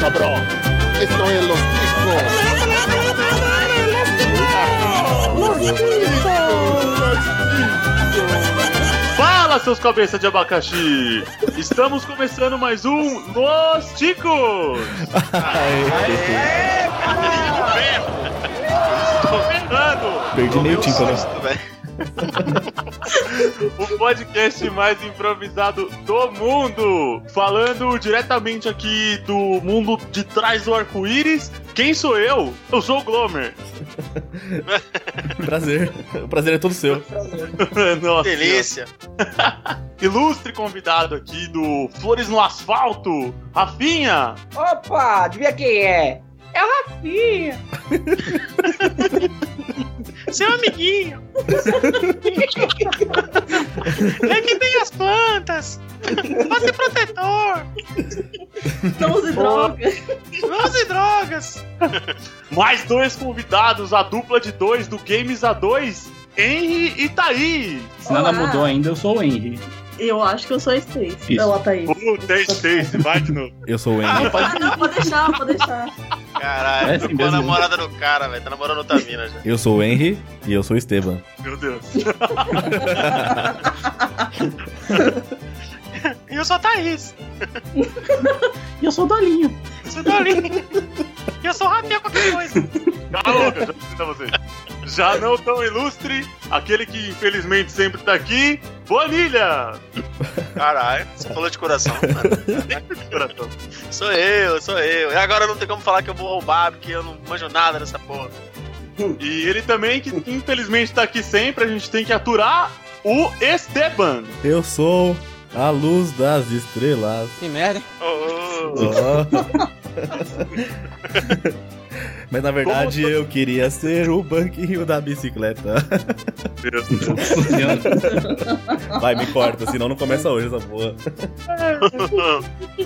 cabrón. Esto es Los Picos. Fala, seus cabeças de abacaxi! Estamos começando mais um Nos Ticos! Estou ferrando! Perdi meio tempo, né? O podcast mais improvisado do mundo! Falando diretamente aqui do mundo de trás do arco-íris, quem sou eu? Eu sou o Glomer! Prazer. O prazer é todo seu. Nossa, Delícia. Ilustre convidado aqui do Flores no Asfalto, Rafinha! Opa, adivinha quem é? É o Rafinha. Seu amiguinho. É que tem as plantas. Passe protetor. Não use drogas. Não use drogas. Mais dois convidados, a dupla de dois do Games A2, Henry e Thaís. Se nada Olá. mudou ainda, eu sou o Henry. Eu acho que eu sou a Stacy. Isso. Não, a Thaís. Uh, Tace, Tace, vai de novo. Eu sou o Andy. Ah, não, pode deixar, pode deixar. Caralho, É assim trocou a mesmo. namorada do cara, velho. Tá namorando outra mina já. Eu sou o Henry e eu sou o Esteban. Meu Deus. E eu sou a Thaís. E eu sou o Dolinho. Sou Dolinho. E eu sou o Rafinha qualquer coisa. Calma, Tá já apresento a vocês. Já não tão ilustre, aquele que infelizmente sempre tá aqui, Bonilha. Caralho, você falou de coração. Coração. Sou eu, sou eu. E agora não tem como falar que eu vou roubar, porque eu não manjo nada nessa porra. E ele também, que infelizmente tá aqui sempre, a gente tem que aturar o Esteban. Eu sou a luz das estrelas. Que merda, hein? Ô, Oh, ô, ô. Ó. Mas na verdade eu queria ser o banquinho da bicicleta. Nossa senhora. Vai, me corta, senão não começa hoje essa porra.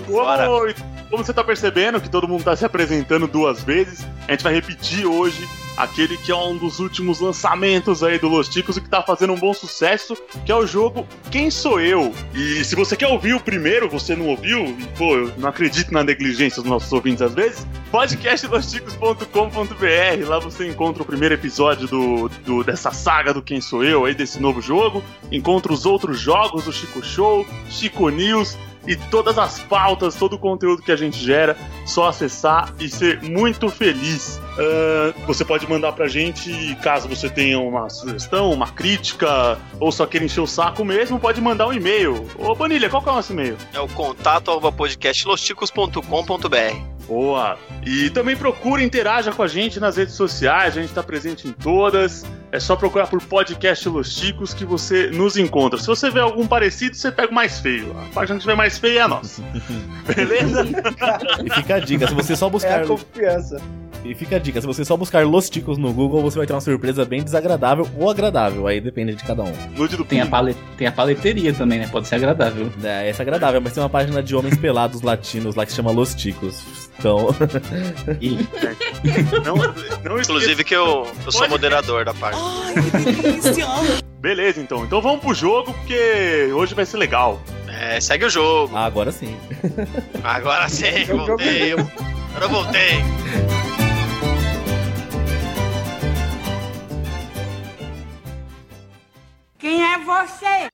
Bora. Como, como você tá percebendo que todo mundo tá se apresentando duas vezes, a gente vai repetir hoje aquele que é um dos últimos lançamentos aí do Los Ticos e que tá fazendo um bom sucesso, que é o jogo Quem Sou Eu? E se você quer ouvir o primeiro, você não ouviu, e, pô, eu não acredito na negligência dos nossos ouvintes às vezes, podcastlosticos.com.br, lá você encontra o primeiro episódio do, do- dessa saga do Quem Sou Eu aí, desse novo jogo, encontra os outros jogos do Chico Show, Chico News, e todas as pautas, todo o conteúdo que a gente gera, só acessar e ser muito feliz. Ah, você pode mandar pra gente, caso você tenha uma sugestão, uma crítica, ou só queira encher o saco mesmo, pode mandar um e-mail. Ô, Bonilha, qual que é o nosso e-mail? É o contato arroba podcastlosticos.com.br. Boa! E também procura, interaja com a gente nas redes sociais, a gente está presente em todas. É só procurar por podcast Los Chicos que você nos encontra. Se você vê algum parecido, você pega o mais feio. A página que tiver mais feia é a nossa. Beleza? E fica a dica, se você só É buscar. a confiança. E fica a dica, se você só buscar Los Ticos no Google, você vai ter uma surpresa bem desagradável ou agradável. Aí depende de cada um. Nude do Tem a, Pingo. pale... tem a paleteria também, né? Pode ser agradável. É, essa é agradável, mas tem uma página de homens pelados latinos lá que se chama Los Ticos. Então, E Não, não esqueça. Inclusive que eu, eu sou Pode- moderador da página. Ai, que delícia! Beleza, então. Então vamos pro jogo, porque hoje vai ser legal. É, segue o jogo. ah, agora sim. Agora sim, o jogo voltei. Agora eu voltei. Quem é você?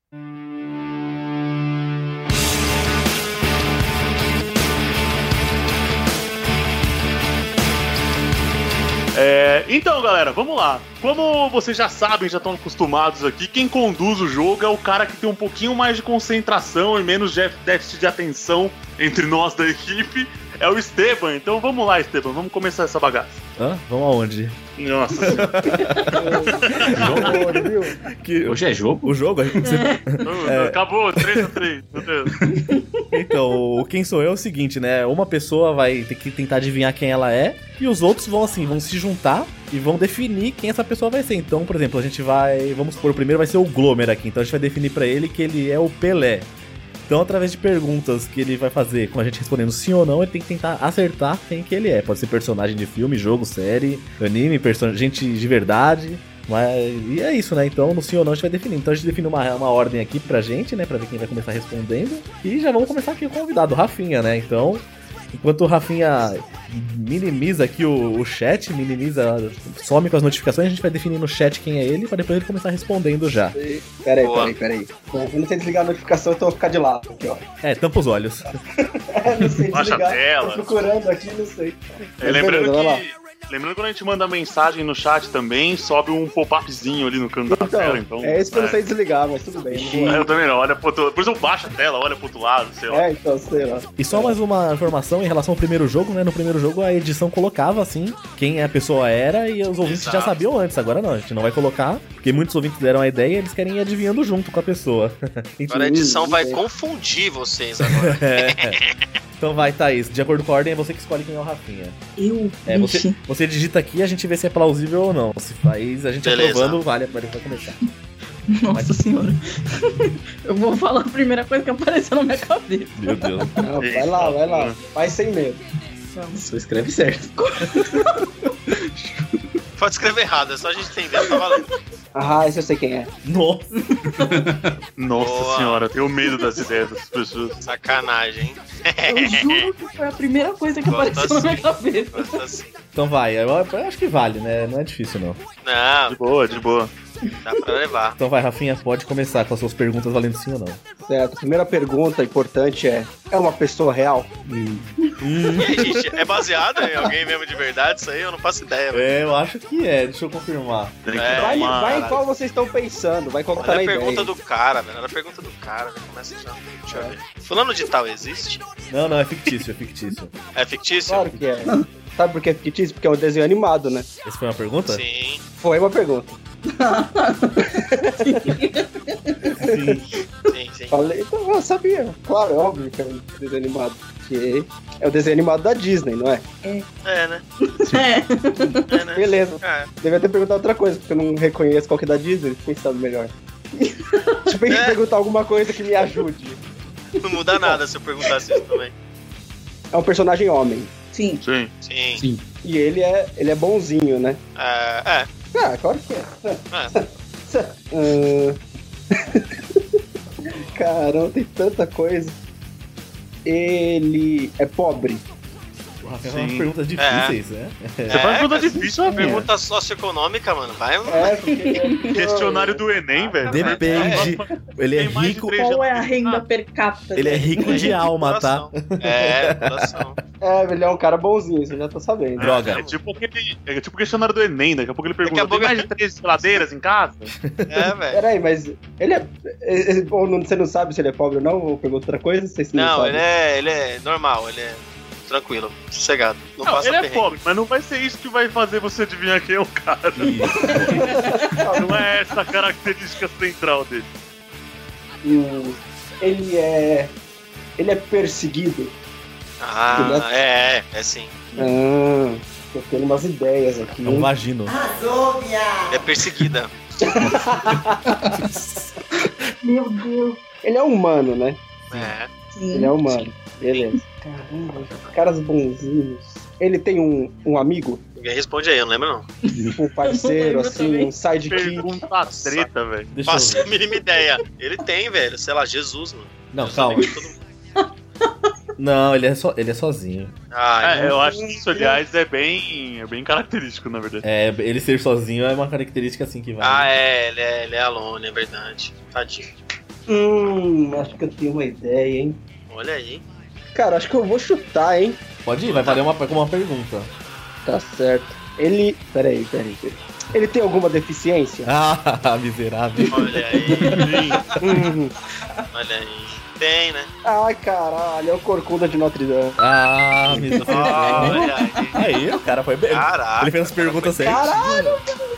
É, então, galera, vamos lá. Como vocês já sabem, já estão acostumados aqui, quem conduz o jogo é o cara que tem um pouquinho mais de concentração e menos def- déficit de atenção entre nós da equipe. É o Esteban. Então vamos lá, Esteban. Vamos começar essa bagaça. Hã? Vamos aonde? Nossa senhora. Ô, viu? Que- hoje é jogo? O jogo, a gente- Acabou, 3x3. Meu Deus. Então, o quem sou eu é o seguinte, né? Uma pessoa vai ter que tentar adivinhar quem ela é, e os outros vão assim, vão se juntar e vão definir quem essa pessoa vai ser. Então, por exemplo, a gente vai, vamos supor, o primeiro vai ser o Glomer aqui, então a gente vai definir pra ele que ele é o Pelé. Então, através de perguntas que ele vai fazer, com a gente respondendo sim ou não, ele tem que tentar acertar quem que ele é. Pode ser personagem de filme, jogo, série, anime, person... gente de verdade. Mas, e é isso, né? Então, no sim ou não, a gente vai definir. Então, a gente define uma, uma ordem aqui pra gente, né? Pra ver quem vai começar respondendo. E já vamos começar aqui com o convidado, o Rafinha, né? Então, Enquanto o Rafinha minimiza aqui o, o chat, minimiza, some com as notificações, a gente vai definir no chat quem é ele pra depois ele começar respondendo já. Peraí, Boa. peraí, peraí. Eu não sei desligar a notificação, então eu vou ficar de lado aqui, ó. É, tampa os olhos. não sei Baixa a desligar. Tá tela. Tô procurando aqui, não sei. É, lembrando Beleza, vai lá. que. Lembrando que quando a gente manda mensagem no chat também, sobe um pop-upzinho ali no canto da tela, então. É, Então, é isso que eu não sei desligar, mas tudo bem. não vou- Eu também não, olha pro outro, por isso eu baixo a tela, olha pro outro lado, sei lá. É, então, sei lá. E só mais uma informação em relação ao primeiro jogo, né? No primeiro jogo a edição colocava assim quem a pessoa era e os ouvintes já Exato. sabiam antes. Agora não, a gente não vai colocar, porque muitos ouvintes deram a ideia e eles querem ir adivinhando junto com a pessoa. Agora a edição vai confundir vocês agora. Então vai, Thaís. De acordo com a ordem, é você que escolhe quem é o Rafinha. Eu, É, você, vixe. você digita aqui e a gente vê se é plausível ou não. Se faz, a gente Beleza. aprovando, vale, vai vai começar. Nossa senhora. eu vou falar a primeira coisa que apareceu na minha cabeça. Meu Deus. Não, vai lá, vai lá. Vai sem medo. Só escreve certo. Pode escrever errado, é só a gente entender, tá valendo. Ah, esse eu sei quem é. Nossa. Nossa Boa. senhora, eu tenho medo das ideias das pessoas. Sacanagem, hein? Eu juro que foi a primeira coisa que Gosto apareceu na minha assim. cabeça. Gosto assim. Então vai, eu, eu acho que vale, né? Não é difícil não. Não, De boa, de boa. dá pra levar. Então vai, Rafinha, pode começar com as suas perguntas valendo sim ou não. Certo. Primeira pergunta importante é: é uma pessoa real? E aí, gente, é baseado em alguém mesmo de verdade isso aí? Eu não faço ideia, velho. É, eu acho que é, deixa eu confirmar. Tem que É, dar vai, uma- vai em qual vocês estão pensando, vai qual que tá Olha na a ideia. é pergunta do cara, velho. Olha a pergunta do cara, velho. Começa já. Deixa eu ver. Fulano de tal existe? Não, não, é fictício, é fictício. É fictício? Claro que é. Sabe por que é fictício? Porque é um desenho animado, né? Essa foi uma pergunta? Sim. Foi uma pergunta. Sim, sim. Falei, então, eu sabia. Claro, é óbvio que é um desenho animado. Que é o desenho animado da Disney, não é? É, né? É. É, né? Beleza. É. Devia ter perguntado outra coisa, porque eu não reconheço qual que é da Disney. Quem sabe melhor. Deixa eu É. perguntar alguma coisa que me ajude. Não muda nada se eu perguntasse isso também. É um personagem homem. Sim. Sim. Sim. E ele é, ele é bonzinho, né? É, é. Ah, claro que é. é. Ah. Caramba, tem tanta coisa. Ele é pobre. O Rafinha faz umas Sim. perguntas difíceis, né? Você faz pergunta difícil, É, rapaz. Pergunta socioeconômica, mano. Vai um. É, porque... Questionário do Enem, velho. É, Depende. Ele é Tem mais de rico. três Qual é a Ah. gerações. renda per capita? Ele é rico de alma, tá? Coração. É, coração. É, ele é um cara bonzinho, isso eu já tô sabendo. Droga. É tipo, aquele, é tipo o questionário do Enem, daqui a pouco ele a pergunta: tem pouco- mais de três geladeiras em casa? É, velho. Peraí, mas ele é. é- é- Ou não- você não sabe se ele é pobre ou não? Ou pergunta outra coisa? Não sei se Não, sabe. ele é, ele é normal, ele é tranquilo, sossegado. Não, Não, passa ele é perrengue. pobre, mas não vai ser isso que vai fazer você adivinhar quem é o cara. Não é essa a característica central dele. Hum, ele é. Ele é perseguido. Ah, é, é, é sim. Ah, tô tendo umas ideias aqui. É um vagino. É perseguida. Meu Deus. Ele é humano, né? É. Ele Sim. é humano. Beleza. Caramba, caras bonzinhos. Ele tem um, um amigo, Ninguém responde aí, eu não lembro não. um parceiro, Eu lembro assim, também. um sidekick. Pergunta tá treta, velho. Deixa eu Faço ver. a mínima ideia. Ele tem, velho, sei lá, Jesus, mano. Não, Deus calma. amigo de todo mundo. Não, ele é, so... ele é sozinho. Ah, É, eu acho que isso, aliás, é bem, é bem característico, na verdade. É, ele ser sozinho é uma característica assim que vai. ah, é, ele é, ele é alone, é verdade. Tadinho. Hum, acho que eu tenho uma ideia, hein? Olha aí. Cara, acho que eu vou chutar, hein? Ah. Pode ir, vai valer uma, como uma pergunta. Tá certo. Ele. Peraí, peraí, peraí. Ele tem alguma deficiência? Ah, miserável. Olha aí, Sim. Hum. olha aí. Tem, né? Ai, caralho, é o corcunda de Notre Dame. Ah, miserável. Olha aí. Aí, o cara foi bem. Caraca. Ele fez as perguntas certas. Caralho,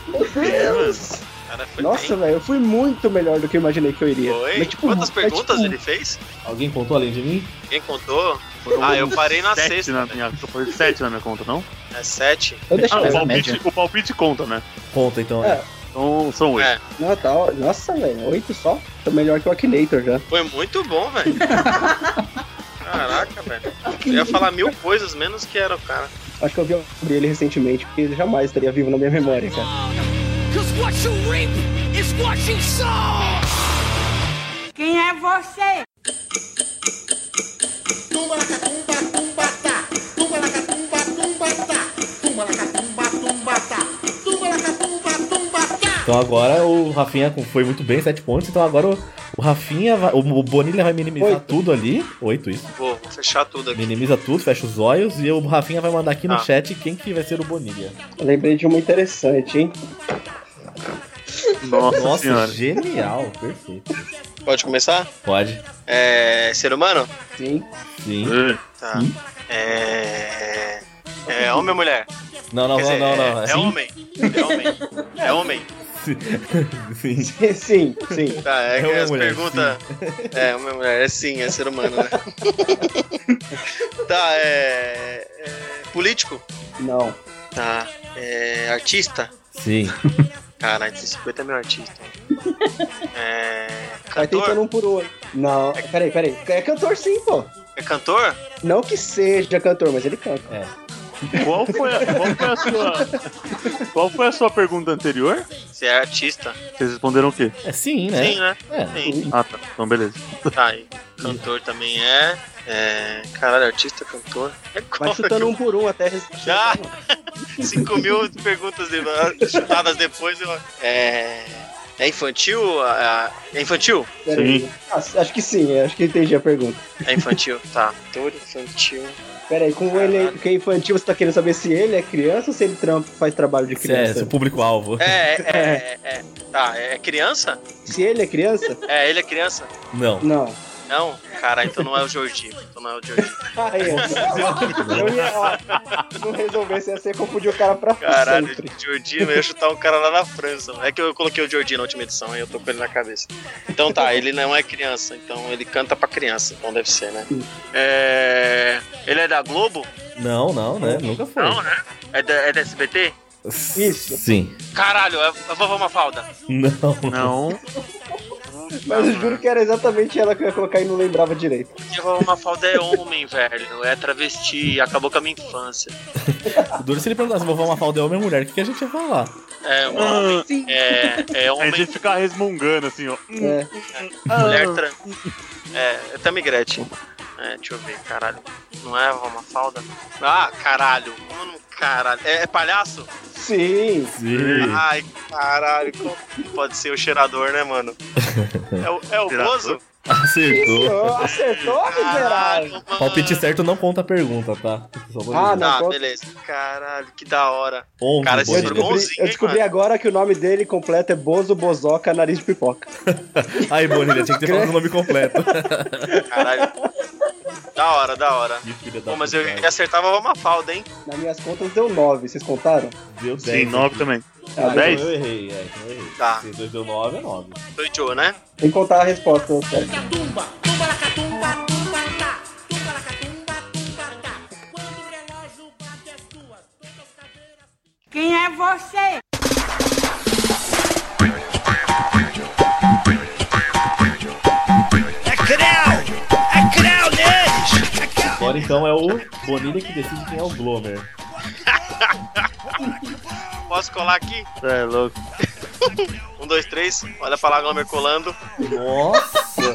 meu Deus! O cara foi Nossa, bem. velho, eu fui muito melhor do que eu imaginei que eu iria. Foi? Mas, tipo, Quantas mas, perguntas tipo, ele fez? Alguém contou além de mim? Quem contou? Ah, eu parei na Sete né? sexta. né? na minha, foi sete na minha conta, não? velho. É sete? Eu deixo Ah, o Faz a palpite, média. o palpite conta, né? Conta então. É. Então são oito. É. Não, tá, ó, nossa, velho, oito só. Tô melhor que o Akinator já. Foi muito bom, velho. Caraca, velho. Eu ia falar mil coisas, menos que era o cara. Acho que eu vi sobre ele recentemente, porque ele jamais estaria vivo na minha memória, cara. Quem é você? Tumba, tá, tumba, tumba, tá. Então agora o Rafinha com- foi muito bem, 7 pontos. Então agora o, o Rafinha, vai- o, o Bonilha vai minimizar Oito. tudo ali. 8 isso. Vou, vou fechar tudo aqui. Minimiza tudo, fecha os olhos. E o Rafinha vai mandar aqui no Ah. chat quem que vai ser o Bonilha. Eu lembrei de uma interessante, hein? Nossa, Nossa, senhora. genial. Perfeito. Pode começar? Pode. É. Ser humano? Sim. Sim. É. Tá. É. É homem ou mulher? Não, não, Quer dizer, não, não. é- não. É, Sim. homem. É homem. É homem. Sim. Sim, sim. Tá, é, É que homem ou as mulher? perguntas. É, homem ou mulher? É sim, é ser humano, né? tá, é. é político? Não. Tá. É. Artista? Sim. Caralho, tem 50 mil artistas. É. Vai Cantor? tentando um por um. Não. Peraí, peraí. É cantor sim, pô. É cantor? Não que seja cantor, mas ele canta. Qual foi, a, qual foi a sua. Qual foi a sua pergunta anterior? Você é artista? Vocês responderam o quê? É sim, né? Sim, né? É. Sim. Ah, tá. Então, beleza. Tá, e cantor também é. É. Caralho, artista, cantor. É Vai qual chutando um por um até. Já! 5 mil perguntas de- chutadas depois. Eu... É. É infantil? Ah, É infantil? Peraí. Sim. Ah, acho que sim, acho que entendi a pergunta. É infantil, tá. Todo infantil. Peraí, com ele porque é infantil, você tá querendo saber se ele é criança ou se ele trampa, faz trabalho de Cê É, criança? seu público-alvo. É, é, é, é. Tá, é criança? Se ele é criança? É, ele é criança? Não. Não. Não? Cara, então não é o Jorginho. Então não é o Jorginho. Aí, ó. eu ia, ó, se não resolvesse ia ser confundir o cara pra Caralho, sempre. Jorginho, eu ia chutar um cara lá na França. É que eu coloquei o Jorginho na última edição, aí eu tô com ele na cabeça. Então tá, ele não é criança, então ele canta pra criança, então deve ser, né? É. Ele é da Globo? Não, não, né? Nunca foi. Não, né? É da, é da SBT? Isso. Sim. Caralho, é a vovó Mafalda. Não. Não. Mas eu juro que era exatamente ela que eu ia colocar e não lembrava direito. A vovó Mafalda é homem, velho. É travesti, acabou com a minha infância. O Duro se ele perguntasse se vovó Mafalda é homem ou mulher, o que, que a gente ia falar? É homem. É, é Ah, A homem, gente ficar resmungando assim, ó. É. mulher trans. É, é Tammy Gretchen. É, deixa eu ver, caralho. Não é a vovó Mafalda? Ah, caralho. Mano, caralho. É, é palhaço? Sim. É Sim. Ai, caralho. como Pode ser o cheirador, né, mano? É o, é o Cheirador? Bozo? Sim, Acertou. senhor. Acertou, miserável. Caralho, mano. Palpite certo não conta a pergunta, tá? Só vou Ah, dizer. não. Tá, conta. beleza. Caralho, que da hora. Onze, Cara, esse Eu Bonilha. Bonzinho, descobri, eu hein, descobri mano? agora que o nome dele completo é Bozo Bozoca Nariz de Pipoca. Aí, Bonilha, tinha que ter falado o nome completo. Caralho. da hora, da hora. Que filha da Pô, mas eu puta. acertava uma falda, hein? Nas minhas contas deu 9, vocês contaram? Deu 10. Sim, nove também. Ah, Ah, Dez? então Eu errei, é, então eu errei. Tá. Se 2 deu 9, é 9. Do Joe, né? Tem que contar a resposta, certo? Catumba, tumba na catumba, tumba na cá. Tumba na catumba, tumba na cá. Quando o relógio bate as duas, todas as cadeiras... Quem é você? Agora então é o Bonilha que decide quem é o Glomer. Posso colar aqui? É louco. Um, dois, três. Olha pra lá, Glomer colando. Nossa!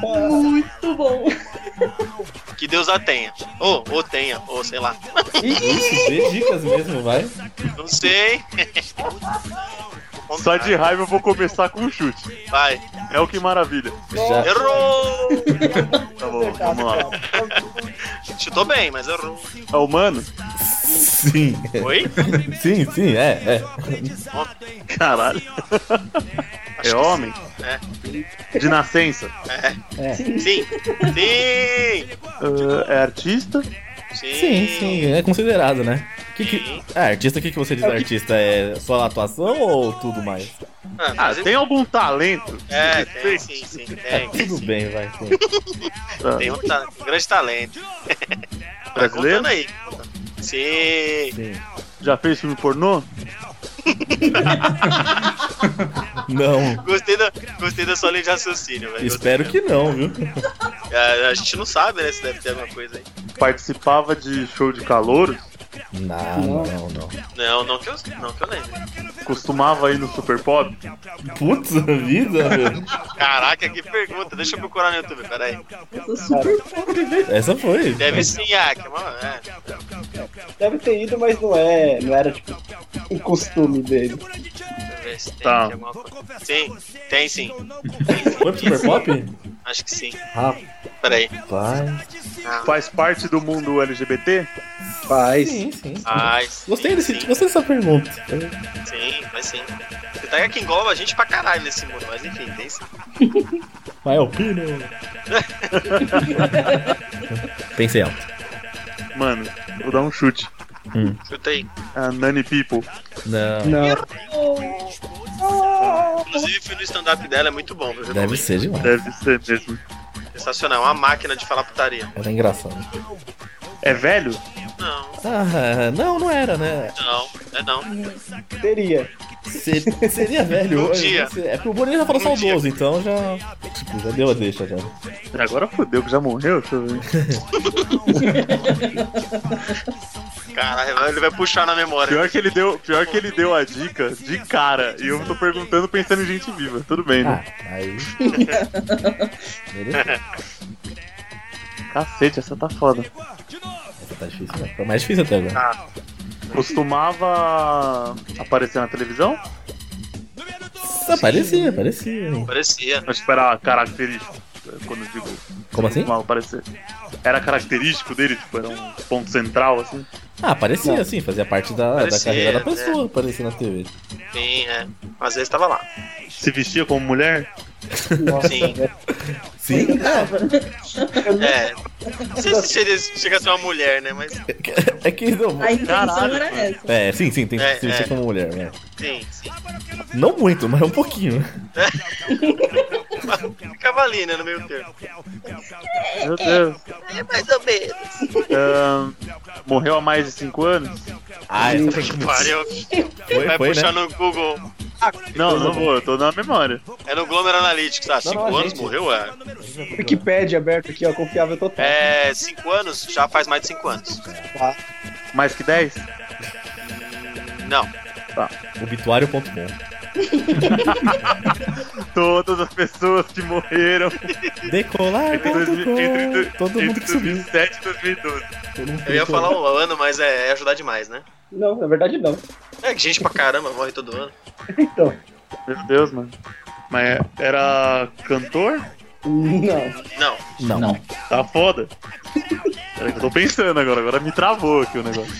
Muito bom. Que Deus a tenha. Ou, ou tenha, ou sei lá. Isso, dê dicas mesmo, vai. Não sei. Só de raiva eu vou começar com um chute. Vai. É o que maravilha. Já. Errou! Tá bom, vamos lá. Chutou bem, mas errou. É humano? Sim. Oi? Sim, sim, é, é. Caralho. É homem? De nascença? Sim. Sim. Sim. Ah, é artista? Sim. Sim, sim, é considerado, né? Que que... Sim. Ah, artista, o que, que você diz do artista? É só a atuação ou tudo mais? Ah, Ah, mas- tem algum talento? É, tem, sim, sim. Tem. Tudo bem, vai. sim. Tem um ta- grande talento. Tá Brasileiro? contando aí. Sim. Sim. Já fez filme pornô? Não, Gostei da, gostei da sua linha de raciocínio, velho. É, espero que não, viu? A, a gente não sabe, né? Se deve ter alguma coisa aí. Participava de show de calor? Não, não, não. Não, não que eu, não que eu lembre. Costumava ir no Super Pop? Putz, vida, velho. Caraca, que pergunta. Deixa eu procurar no YouTube, peraí. Eu sou super pobre, velho. Essa foi. Deve sim, ah, que mano, é. Deve ter ido, mas não é. Não era tipo um costume dele. Deixa eu ver se tem Tá. aqui alguma coisa. Sim, tem sim. Foi pro Super Pop? Acho que sim. Rapaz. Peraí. Faz parte do mundo LGBT? Faz. Sim, sim. Ai, sim, Gostei, desse, sim, gostei dessa pergunta. Sim, mas sim. Você tá que engloba a gente pra caralho nesse mundo, mas enfim, tem sim. Vai, é opino. Pensei alto. Mano, vou dar um chute. Chuta aí. A Nani People. Não, Não, Inclusive, fui no stand-up dela, é muito bom, viu? É deve ser demais. Deve ser mesmo. Sensacional, uma máquina de falar putaria. Era engraçado. É velho? Não, Ah, não, não era, né? não, é não. teria. Se- seria velho Um hoje. dia. né? É porque o Boninho já falou Um dia. saudoso, então já. Tipo, já deu a deixa já. Agora fodeu que já morreu, deixa eu ver. Caralho, ele vai puxar na memória. Pior que ele deu, pior que ele deu a dica de cara. E eu tô perguntando pensando em gente viva. Tudo bem, Ah, né? aí. Beleza? Cacete, essa tá foda. Essa tá difícil, né? Foi mais difícil até agora. Costumava aparecer na televisão? Ah, parecia, parecia. Parecia. Acho que era característico. Quando eu digo Como assim? costumava aparecer. Era característico dele, tipo, era um ponto central, assim. Ah, parecia sim, fazia parte da, da Parecia, carreira da né? pessoa, parecia na TV. Sim, é. Às vezes tava lá. Se vestia como mulher? Nossa, Sim. velho. Sim, É. Não sei se seria, chega a ser uma mulher, né? Mas é que- é que não. A intenção Caralho, era mano. essa. É, sim, sim, tem que É, se vestir é. como mulher, né? sim, sim. Não muito, mas um pouquinho. Ficava ali, né? No meio termo. Meu Deus. É mais ou menos. Ahn, morreu há mais de 5 anos? Ah, essa Que pergunta pariu. foi, Vai foi, puxar né? no Google. Não, não vou, eu tô na memória. É no Glomer Analytics, tá? Cinco não, a anos gente- morreu, é. Wikipedia aberto aqui, ó, confiável total. É, cinco anos já faz mais de cinco anos. Mais que 10? Não, Obituário.com. Todas as pessoas que morreram entre, dois mil- entre dois- Decolar.com. Todo mundo entre que subiu. né? 2007 e 2012. Todo mundo que eu ia decolou. falar um ano, mas é, é ajudar demais, né? Não, na verdade não. É que gente pra caramba morre todo ano. Então, Meu Deus, mano. Mas era cantor? não. Não, Não. Não. Tá foda. Peraí que eu tô pensando agora, agora me travou aqui o negócio.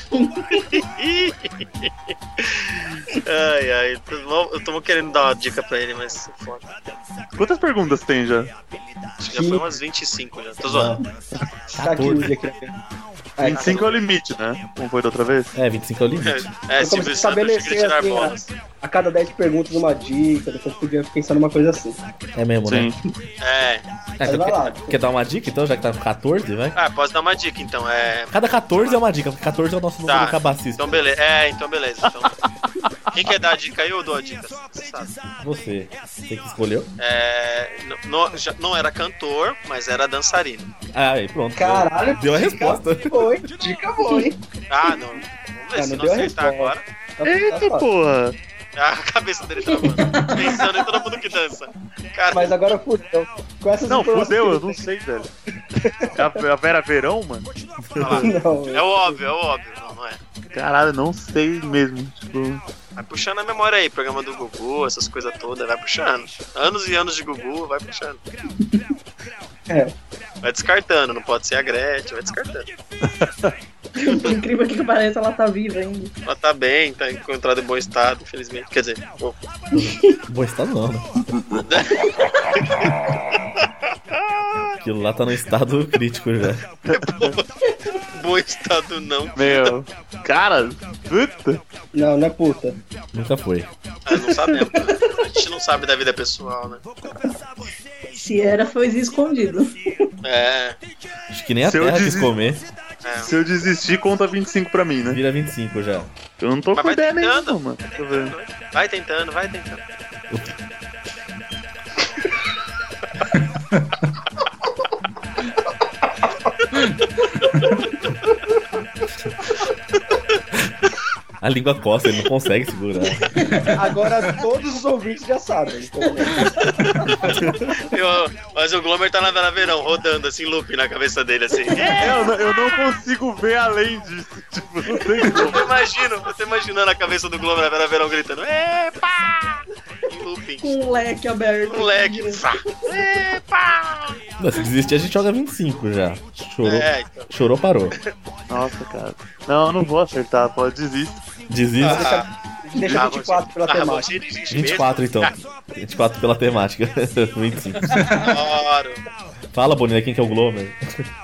ai, ai, eu tô, eu tô querendo dar uma dica pra ele, mas foda. Quantas perguntas tem já? Acho que já foi umas 25 já, tô zoando. Tá aqui o dia que Aí, 25 é o limite, né? Como foi da outra vez? É, 25 é o limite. É, Eu Silvio comecei Santos, eu cheguei a a estabelecer tirar assim, bolas. a, a cada 10 perguntas uma dica, depois podia pensar numa coisa assim. É mesmo, né? Sim. É, Ah, então Mas vai lá. quer, quer dar uma dica então, já que tá com 14, vai? ah, posso dar uma dica então, é... Cada 14 é uma dica, porque 14 é o nosso número Tá, cabacista. Então beleza, é, então beleza. Então... Quem quer dar a dica aí, eu dou a dica. você sabe. Você. Você que escolheu? É, n- não, já- não era cantor, mas era dançarino. Ah, aí pronto. Caralho, Deu a resposta. dica boa, hein? Dica boa, hein? Ah, não. Vamos ver Ah, se não não deu a acertar resposta. agora. Ah, Tá- tá Eita fácil. porra! A cabeça dele travando. Pensando em todo mundo que dança. Cara, Mas agora fudeu. Com essas Não, informações- fudeu, eu não sei, velho. É a, a Vera Verão, mano? olha lá. Não, é o óbvio, é o óbvio. Não, não é. Caralho, não sei mesmo. Tipo, Vai puxando a memória aí, programa do Gugu, essas coisas todas, vai puxando. Anos e anos de Gugu, vai puxando. É. Vai descartando, não pode ser a Gretchen, vai descartando. Por incrível que pareça, ela tá viva ainda. Ela tá bem, tá encontrada em bom estado, infelizmente. Quer dizer, bom, Bom estado não, né? Aquilo lá tá no estado crítico já. bom estado não. meu. Cara, puta. não, não é puta. Nunca foi. Ah, não sabemos. né? A gente não sabe da vida pessoal, né? Se era, foi escondido. É. Acho que nem a Se eu terra quis desisti- comer. é. Se eu desistir, conta 25 pra mim, né? Vira 25 já. Eu não tô Mas com vai ideia nenhuma, tentando. mano. Deixa eu ver. Vai tentando, vai tentando. A língua costa, ele não consegue segurar. Agora todos os ouvintes já sabem. então, né? Eu- mas o Glomer tá na veraverão, rodando assim, loop na cabeça dele, assim. É, Eu, não- eu não consigo ver além disso. Tipo, não tem Eu como. tô imagino, eu tô imaginando a cabeça do Glomer na veraverão gritando, epa! Em looping. Com Um o Um leque aberto. Moleque, Não, se desistir, a gente joga 25 já. Chorou, É, então. chorou parou. Nossa, cara. Não, eu não vou acertar, pode desistir. Desiste. Deixa Ah, 24 pela Ah, temática. você desiste 24 então. 24 pela temática. 25. mesmo? Claro. Fala, Bonilha, quem que é o Glomer?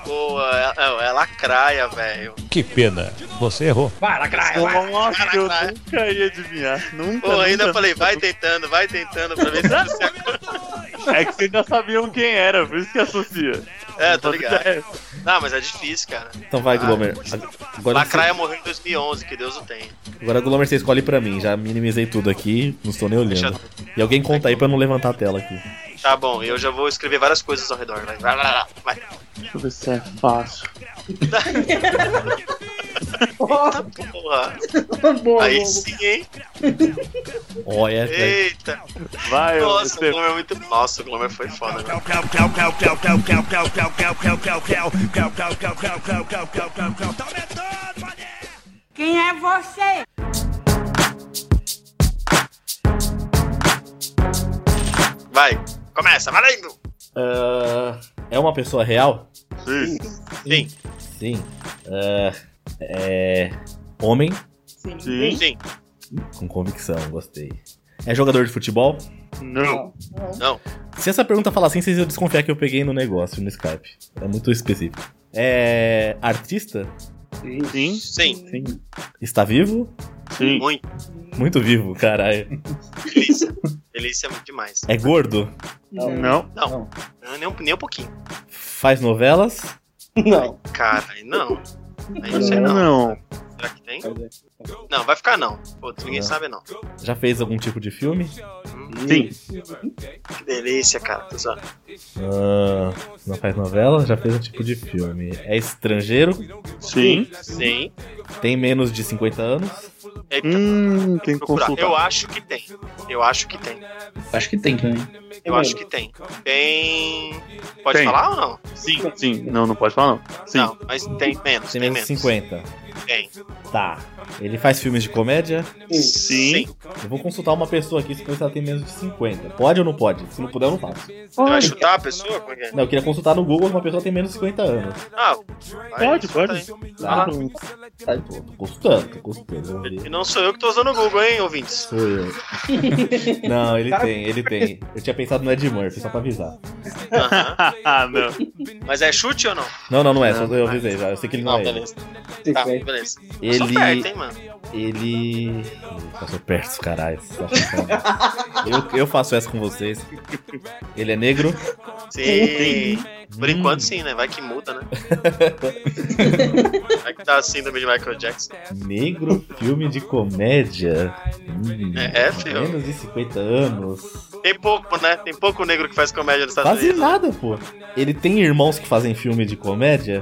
Boa, ela, ela craia, é, velho. Que pena, você errou. Nossa, eu Caraca. nunca ia adivinhar. Nunca. Pô, ainda nunca. falei, vai tentando, vai tentando, pra ver se você É que vocês já sabiam quem era, por isso que associa. É, tô ligado. Não, mas é difícil, cara. Então vai, Ah, Glomer. Agora, Lacraia morreu em 2011, que Deus o tenha. agora Glomer, você escolhe pra mim. Já minimizei tudo aqui, não estou nem olhando. E alguém conta aí pra eu não levantar a tela aqui. Tá bom, eu já vou escrever várias coisas ao redor. Vai, vai, vai, vai. vai. Deixa eu ver se é fácil. Porra. Boa, Aí boa. sim, hein? Olha, é, Eita. Vai, eu- Nossa, o você. Glomer é muito. Nossa, o Glomer foi foda, velho. Quem é você? Vai, começa, valendo! Ah, é uma pessoa real? Sim. Sim, Sim. Ah, é. Homem? Sim. sim. Com convicção, gostei. É jogador de futebol? Não. Se essa pergunta falar assim, vocês iam desconfiar que eu peguei no negócio, no Skype. É muito específico. É. Artista? Sim. Sim, Sim. Está vivo? Sim. muito. Muito vivo, caralho. Delícia. Delícia é muito demais. É gordo? Não. Não, Nem um, nem um pouquinho. Faz novelas? Não. Cara, aí não. Aí não sei não. Não. Será que tem? Não, vai ficar não. Putz, ninguém Não. sabe não. Já fez algum tipo de filme? Sim. Que delícia, cara. Tô zoando. Ah, não faz novela? Já fez um tipo de filme. É estrangeiro? Sim. Sim. Tem menos de 50 anos? Eita, Hum, tem que procurar. consultar. Eu acho que tem. Eu acho que tem. Acho que tem também. Eu acho que tem. Tem. Pode Tem. falar ou não? Sim, sim. Não, não pode falar, não. Sim. Não, mas tem menos. Tem Tem, menos de menos. 50. Tem. Tá. Ele faz filmes de comédia? Sim. Eu vou consultar uma pessoa aqui se pensar tem menos de 50. Pode ou não pode? Se não puder, eu não faço. Você vai chutar a pessoa? Como é que é? Não, eu queria consultar no Google se uma pessoa tem menos de 50 anos. Ah, Pode, pode. Tá? Não. Tá, tô, tô consultando, tô consultando. Vamos E ver. não sou eu que tô usando o Google, hein, ouvintes? Sou eu. Não, ele tem, ele tem. Eu tinha pensado no Ed Murphy, só pra avisar. Aham. Ah, não. Mas é chute ou não? Não, não, não é. Só eu avisei já. Eu sei que ele não é. ele. beleza. Tá, beleza. Eu sou perto, Ele. hein, mano? Ele. Ih, Passou perto, caralho. Só pra- eu, eu faço essa com vocês. Ele é negro? Sim. Por Hum, enquanto, sim, né? Vai que muda, né? Vai que tá a síndrome de Michael Jackson. Hum, Negro filme de comédia. Hum, É, é, filho. Menos de 50 anos. Tem pouco, né? Tem pouco negro que faz comédia nos Estados Quase Unidos. nada, pô. Ele tem irmãos que fazem filme de comédia?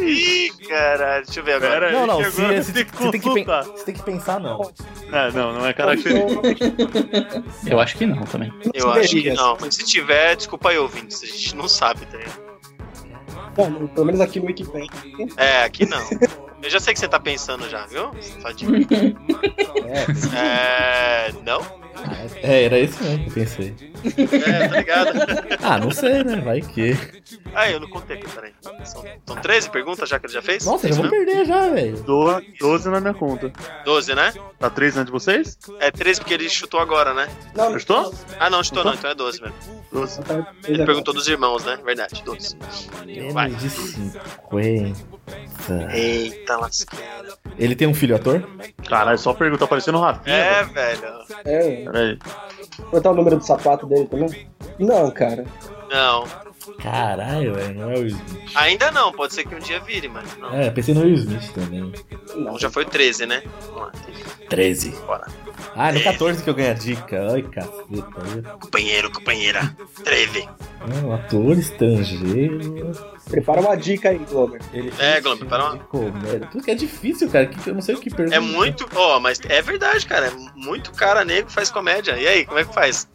Ih, caralho. Deixa eu ver É, agora. Pera Não, aí, não. que Se, agora se, tem se que tem que, pen- consultar. se tem que pensar, não. Ah, não, não é Tá característica. Eu acho que não também. Eu acho que Deveria, não. Se tiver, desculpa aí, ouvintes. A gente não sabe, tá ligado? Bom, pelo menos aqui no Wikipedia. É, aqui não. Eu já sei o que você tá pensando já, viu? Sadinho. É. Não? É, era isso mesmo que eu pensei. É, tá ligado? Ah, não sei, né? Vai que. Ah, eu não contei aqui, peraí. São, são 13 perguntas já que ele já fez? né? Nossa, já Isso vou perder já, velho. Do- 12 na minha conta. mesmo? 12, né? Tá 3 na de vocês? É 13 porque ele chutou agora, né? Não, não. tá, Gostou? Ah, não, chutou não, então é 12 mesmo. 12. Ele é perguntou dos irmãos, né? Verdade, 12. Vai. Menos de 50. Eita, lasqueira. Ele tem um filho ator? Caralho, só pergunta, tá parecendo o Rafinha. É, velho. velho. É, Pera aí. botar o número do sapato dele também? Não, cara. Não, Caralho, velho, não é o Will Smith. ainda não, pode ser que um dia vire, mas não. É, pensei no Will Smith também. Não. Já foi 13, né? Vamos lá. 13. Bora. Ah, no 14 que eu ganho a dica. Ai, caceta. Companheiro, companheira. Treve. Um ator estrangeiro. Prepara uma dica aí, Glover. Ele É, Globo, para uma... comédia. Tudo que é difícil, cara. que- eu não sei o que pergunta. É muito. Ó, mas é verdade, cara. É muito cara negro faz comédia. E aí, como é que faz?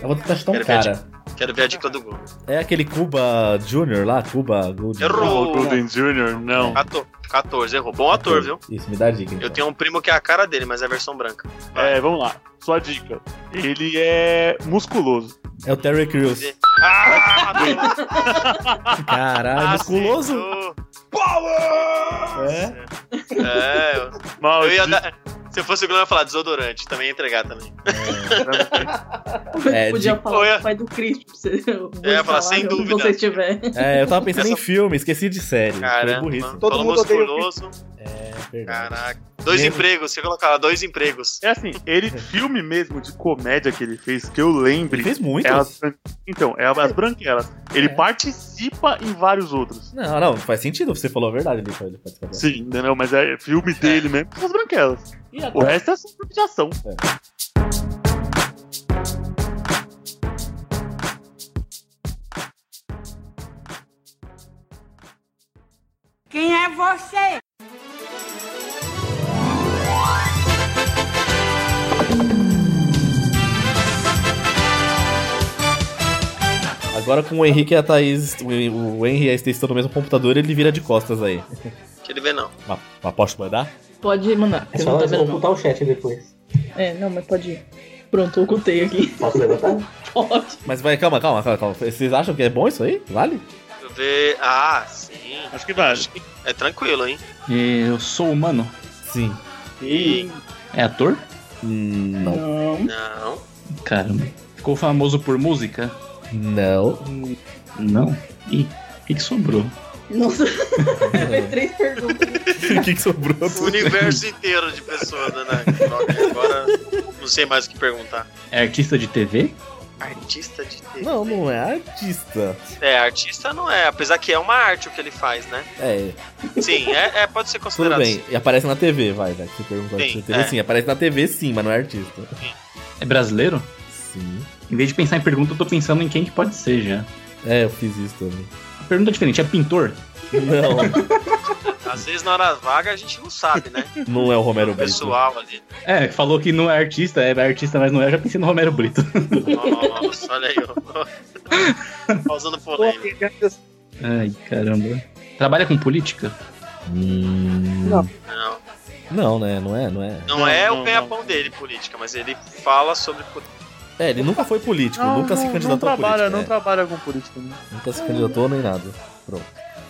Eu vou tentar chutar um Quero ver a cara. Quero ver a dica do Globo. É aquele Cuba Junior lá? Cuba Gold. É O Errou! Golden Jr., não. Ator. 14, errou. Bom ator, viu? Isso, me dá a dica. Eu então. tenho um primo que é a cara dele, mas é a versão branca. É, vamos lá. Sua dica. Ele é musculoso. É o Terry Crews. Ah, ator! Ah, Caralho, É musculoso? Acertou. É. É, eu- eu ia Maldito. dar. Se eu fosse o Globo, eu ia falar desodorante. Também ia entregar também. É, Podia de- falar Oi, é. pai do Cristo. pra você- Eu Eu ia falar, sem onde dúvida. você estiver. É, eu tava pensando em Essa- filme, esqueci de série. Foi Caramba. burrice. né? Todo Falou mundo odeia o musculoso. É, verdade. Caraca. Dois Mesmo. empregos. Você colocar lá dois empregos. É assim, ele, filme mesmo de comédia que ele fez, que eu Ele lembre. fez É. é muitos. as Bran- então, é as branquelas. Ele participa em vários outros. Não, não, faz sentido, você falou a verdade ali. Foi, foi, foi. Sim, entendeu? Mas é filme dele mesmo, são as branquelas. E O agora? resto é só filme de ação. Quem é você? Agora com o Henrique e a Thaís, o, o Henrique e a Stacy estão no mesmo computador, ele vira de costas aí. Que ele vê, não. Mas, mas posso mandar? Pode mandar. É Eu não só tô vendo, não. ocultar o chat depois. É, não, mas pode ir. Pronto, eu ocultei aqui. Posso levantar? Pode. Mas vai, calma, calma, calma, calma. Vocês acham que é bom isso aí? Vale? Deixa eu ver. Ah, sim. Acho que vale. É tranquilo, hein? Eu sou humano. Sim. Ih, É ator? Hum, Não. Não. Não. Caramba. Ficou famoso por música? Não. Não. E o que, que sobrou? Nossa, foi três perguntas. O que, que sobrou? O universo inteiro de pessoas, né? Droga, Agora não sei mais o que perguntar. É artista de TV? Artista de TV. Não, não é artista. É, artista não é, apesar que é uma arte o que ele faz, né? É, Sim, é, é, pode ser tudo considerado. bem. E aparece na TV, vai, vai. Você perguntou Sim, se na TV? é. Sim, aparece na TV sim, mas não é artista. É brasileiro? Sim. Em vez de pensar em pergunta, eu tô pensando em quem que pode ser já. É, eu fiz isso também. A pergunta é diferente, é pintor? Não, assim. Às vezes na hora vaga a gente não sabe, né? não é o Romero O Brito. pessoal ali. É, falou que não é artista, é artista, mas não é. Eu já pensei no Romero Brito. Nossa, olha aí. ó. Causando polêmica. Ai, caramba. Trabalha com política? Hum, Não, Não, né? Não é, não é. não, Não, é não, o ganha-pão dele, política, mas ele fala sobre política. É, ele nunca foi político, nunca se candidatou não trabalha, a político. não é. trabalha com política. né? Nunca se candidatou nem nada. Pronto.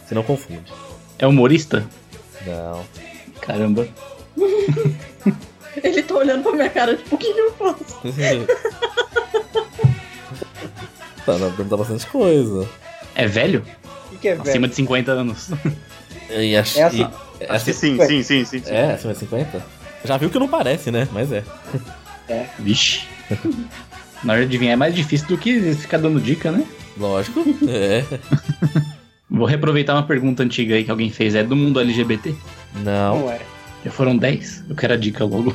Você não confunde. É humorista? Não. Caramba. Ele tá olhando pra minha cara, tipo, o que que eu faço? tá, dá pra perguntar bastante coisa. É velho? o que, que é, velho? É assim Acima de 50 anos. E acho Essa- e- Acho que essa- É sim, Ué. sim, sim, sim. sim. É, acima de 50? Já viu que não parece, né? Mas é. Vixe. Na hora de adivinhar é mais difícil do que ficar dando dica, né? Lógico. É. Vou reaproveitar uma pergunta antiga aí que alguém fez. É do mundo LGBT? Não. Não é. Já foram 10? Eu quero a dica logo.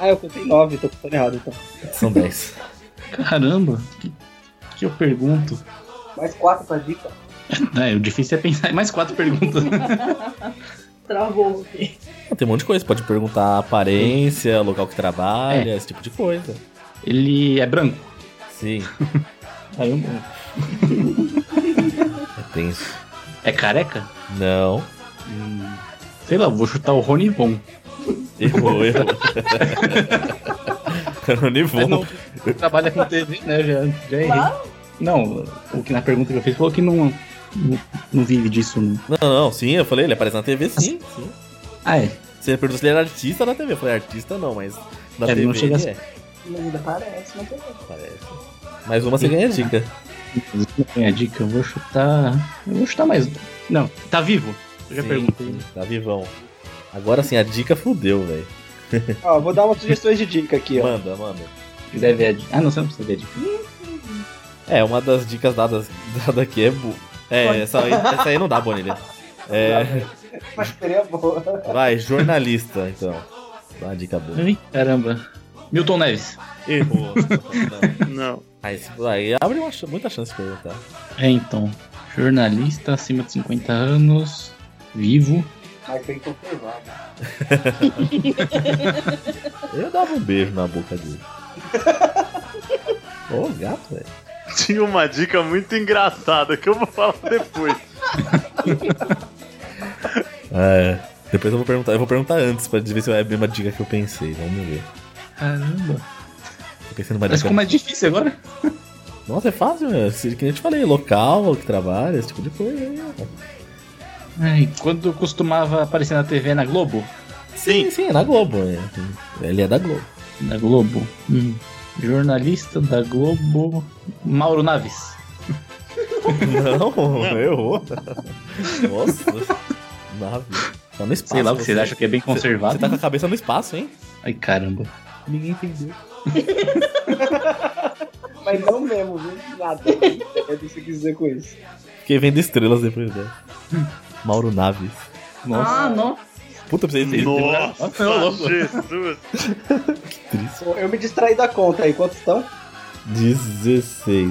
Ah, eu contei nove, tô contando errado então. São 10. Caramba. O que, que eu pergunto? Mais quatro pra dica. É, o difícil é pensar em mais quatro perguntas. Travou aqui. Tem um monte de coisa. Pode perguntar aparência, local que trabalha, esse tipo de coisa. Ele é branco? Sim. Caramba. É tenso. É careca? Não. Sei lá, vou chutar o Rony Von. Errou, errou. Era o Mas Nivon. não, trabalha com TV, né? Já, já errei. Claro. Não, o que na pergunta que eu fiz falou que não, não, não vive disso. né? Não. Não, não, sim, eu falei, ele aparece na TV, sim, sim. Ah, é. Você perguntou se ele era artista na TV. Eu falei, artista não, mas na É, TV ele não chega ele a- é, Mas ainda parece, mas eu vou. parece. Mais uma você ganha a dica. Minha dica, eu vou chutar. Eu vou chutar mais. Não, tá vivo? Eu já Sim, perguntei. sim, Tá vivão. Agora sim, a dica fudeu, velho. Ó, vou dar umas sugestões de dica aqui, ó. Manda, manda. Deve ver a dica. Ah, não, você não precisa ver a dica. É, uma das dicas dadas dada aqui é. bu- É, essa aí, essa aí não dá, Bonilha. É, Mas seria boa. vai, jornalista, então. Dá uma dica boa. Ai, caramba. Milton Neves. Errou. Não. Aí, se- aí abre uma ch- muita chance pra eu, tá? É, então. Jornalista acima de 50 anos. Vivo. Mas tem que conservar. né? Eu dava um beijo na boca dele. Ô, gato, velho. Tinha uma dica muito engraçada que eu vou falar depois. É. Depois eu vou perguntar. Eu vou perguntar antes pra ver se é a mesma dica que eu pensei. Vamos ver. Caramba. Tô pensando numa Mas dica. ficou mais difícil agora? Nossa, é fácil, meu. Se- Que nem eu te falei, local que trabalha, esse tipo de coisa. aí, ó. É. Ai, quando costumava aparecer na TV na Globo? Sim, sim, é na Globo. é. Ele é da Globo. Da Globo. Hum. Jornalista da Globo. Mauro Naves. Não, errou. Nossa. Nave. Tá no espaço. Sei lá o que você. vocês acham que é bem conservado. Você tá com a cabeça no espaço, hein? Ai, caramba. Ninguém entendeu. Mas não mesmo, viu? Nada. É isso que você quis dizer com isso. Fiquei vendo estrelas depois dela. Mauro Naves. Ah, nossa. Puta, pra vocês Nossa, Jesus. Bom, Eu me distraí da conta aí. Quantos estão? 16.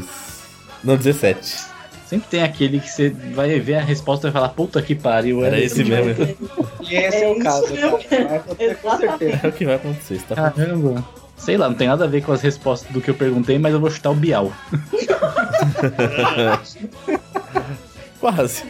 Não, 17. Sempre tem aquele que você vai ver a resposta e vai falar, puta que pariu. Era esse mesmo. E esse é, o caso, cara. Vai acontecer com certeza. É o que vai acontecer. Você tá Caramba. Sei lá, não tem nada a ver com as respostas do que eu perguntei, mas eu vou chutar o Bial. Quase.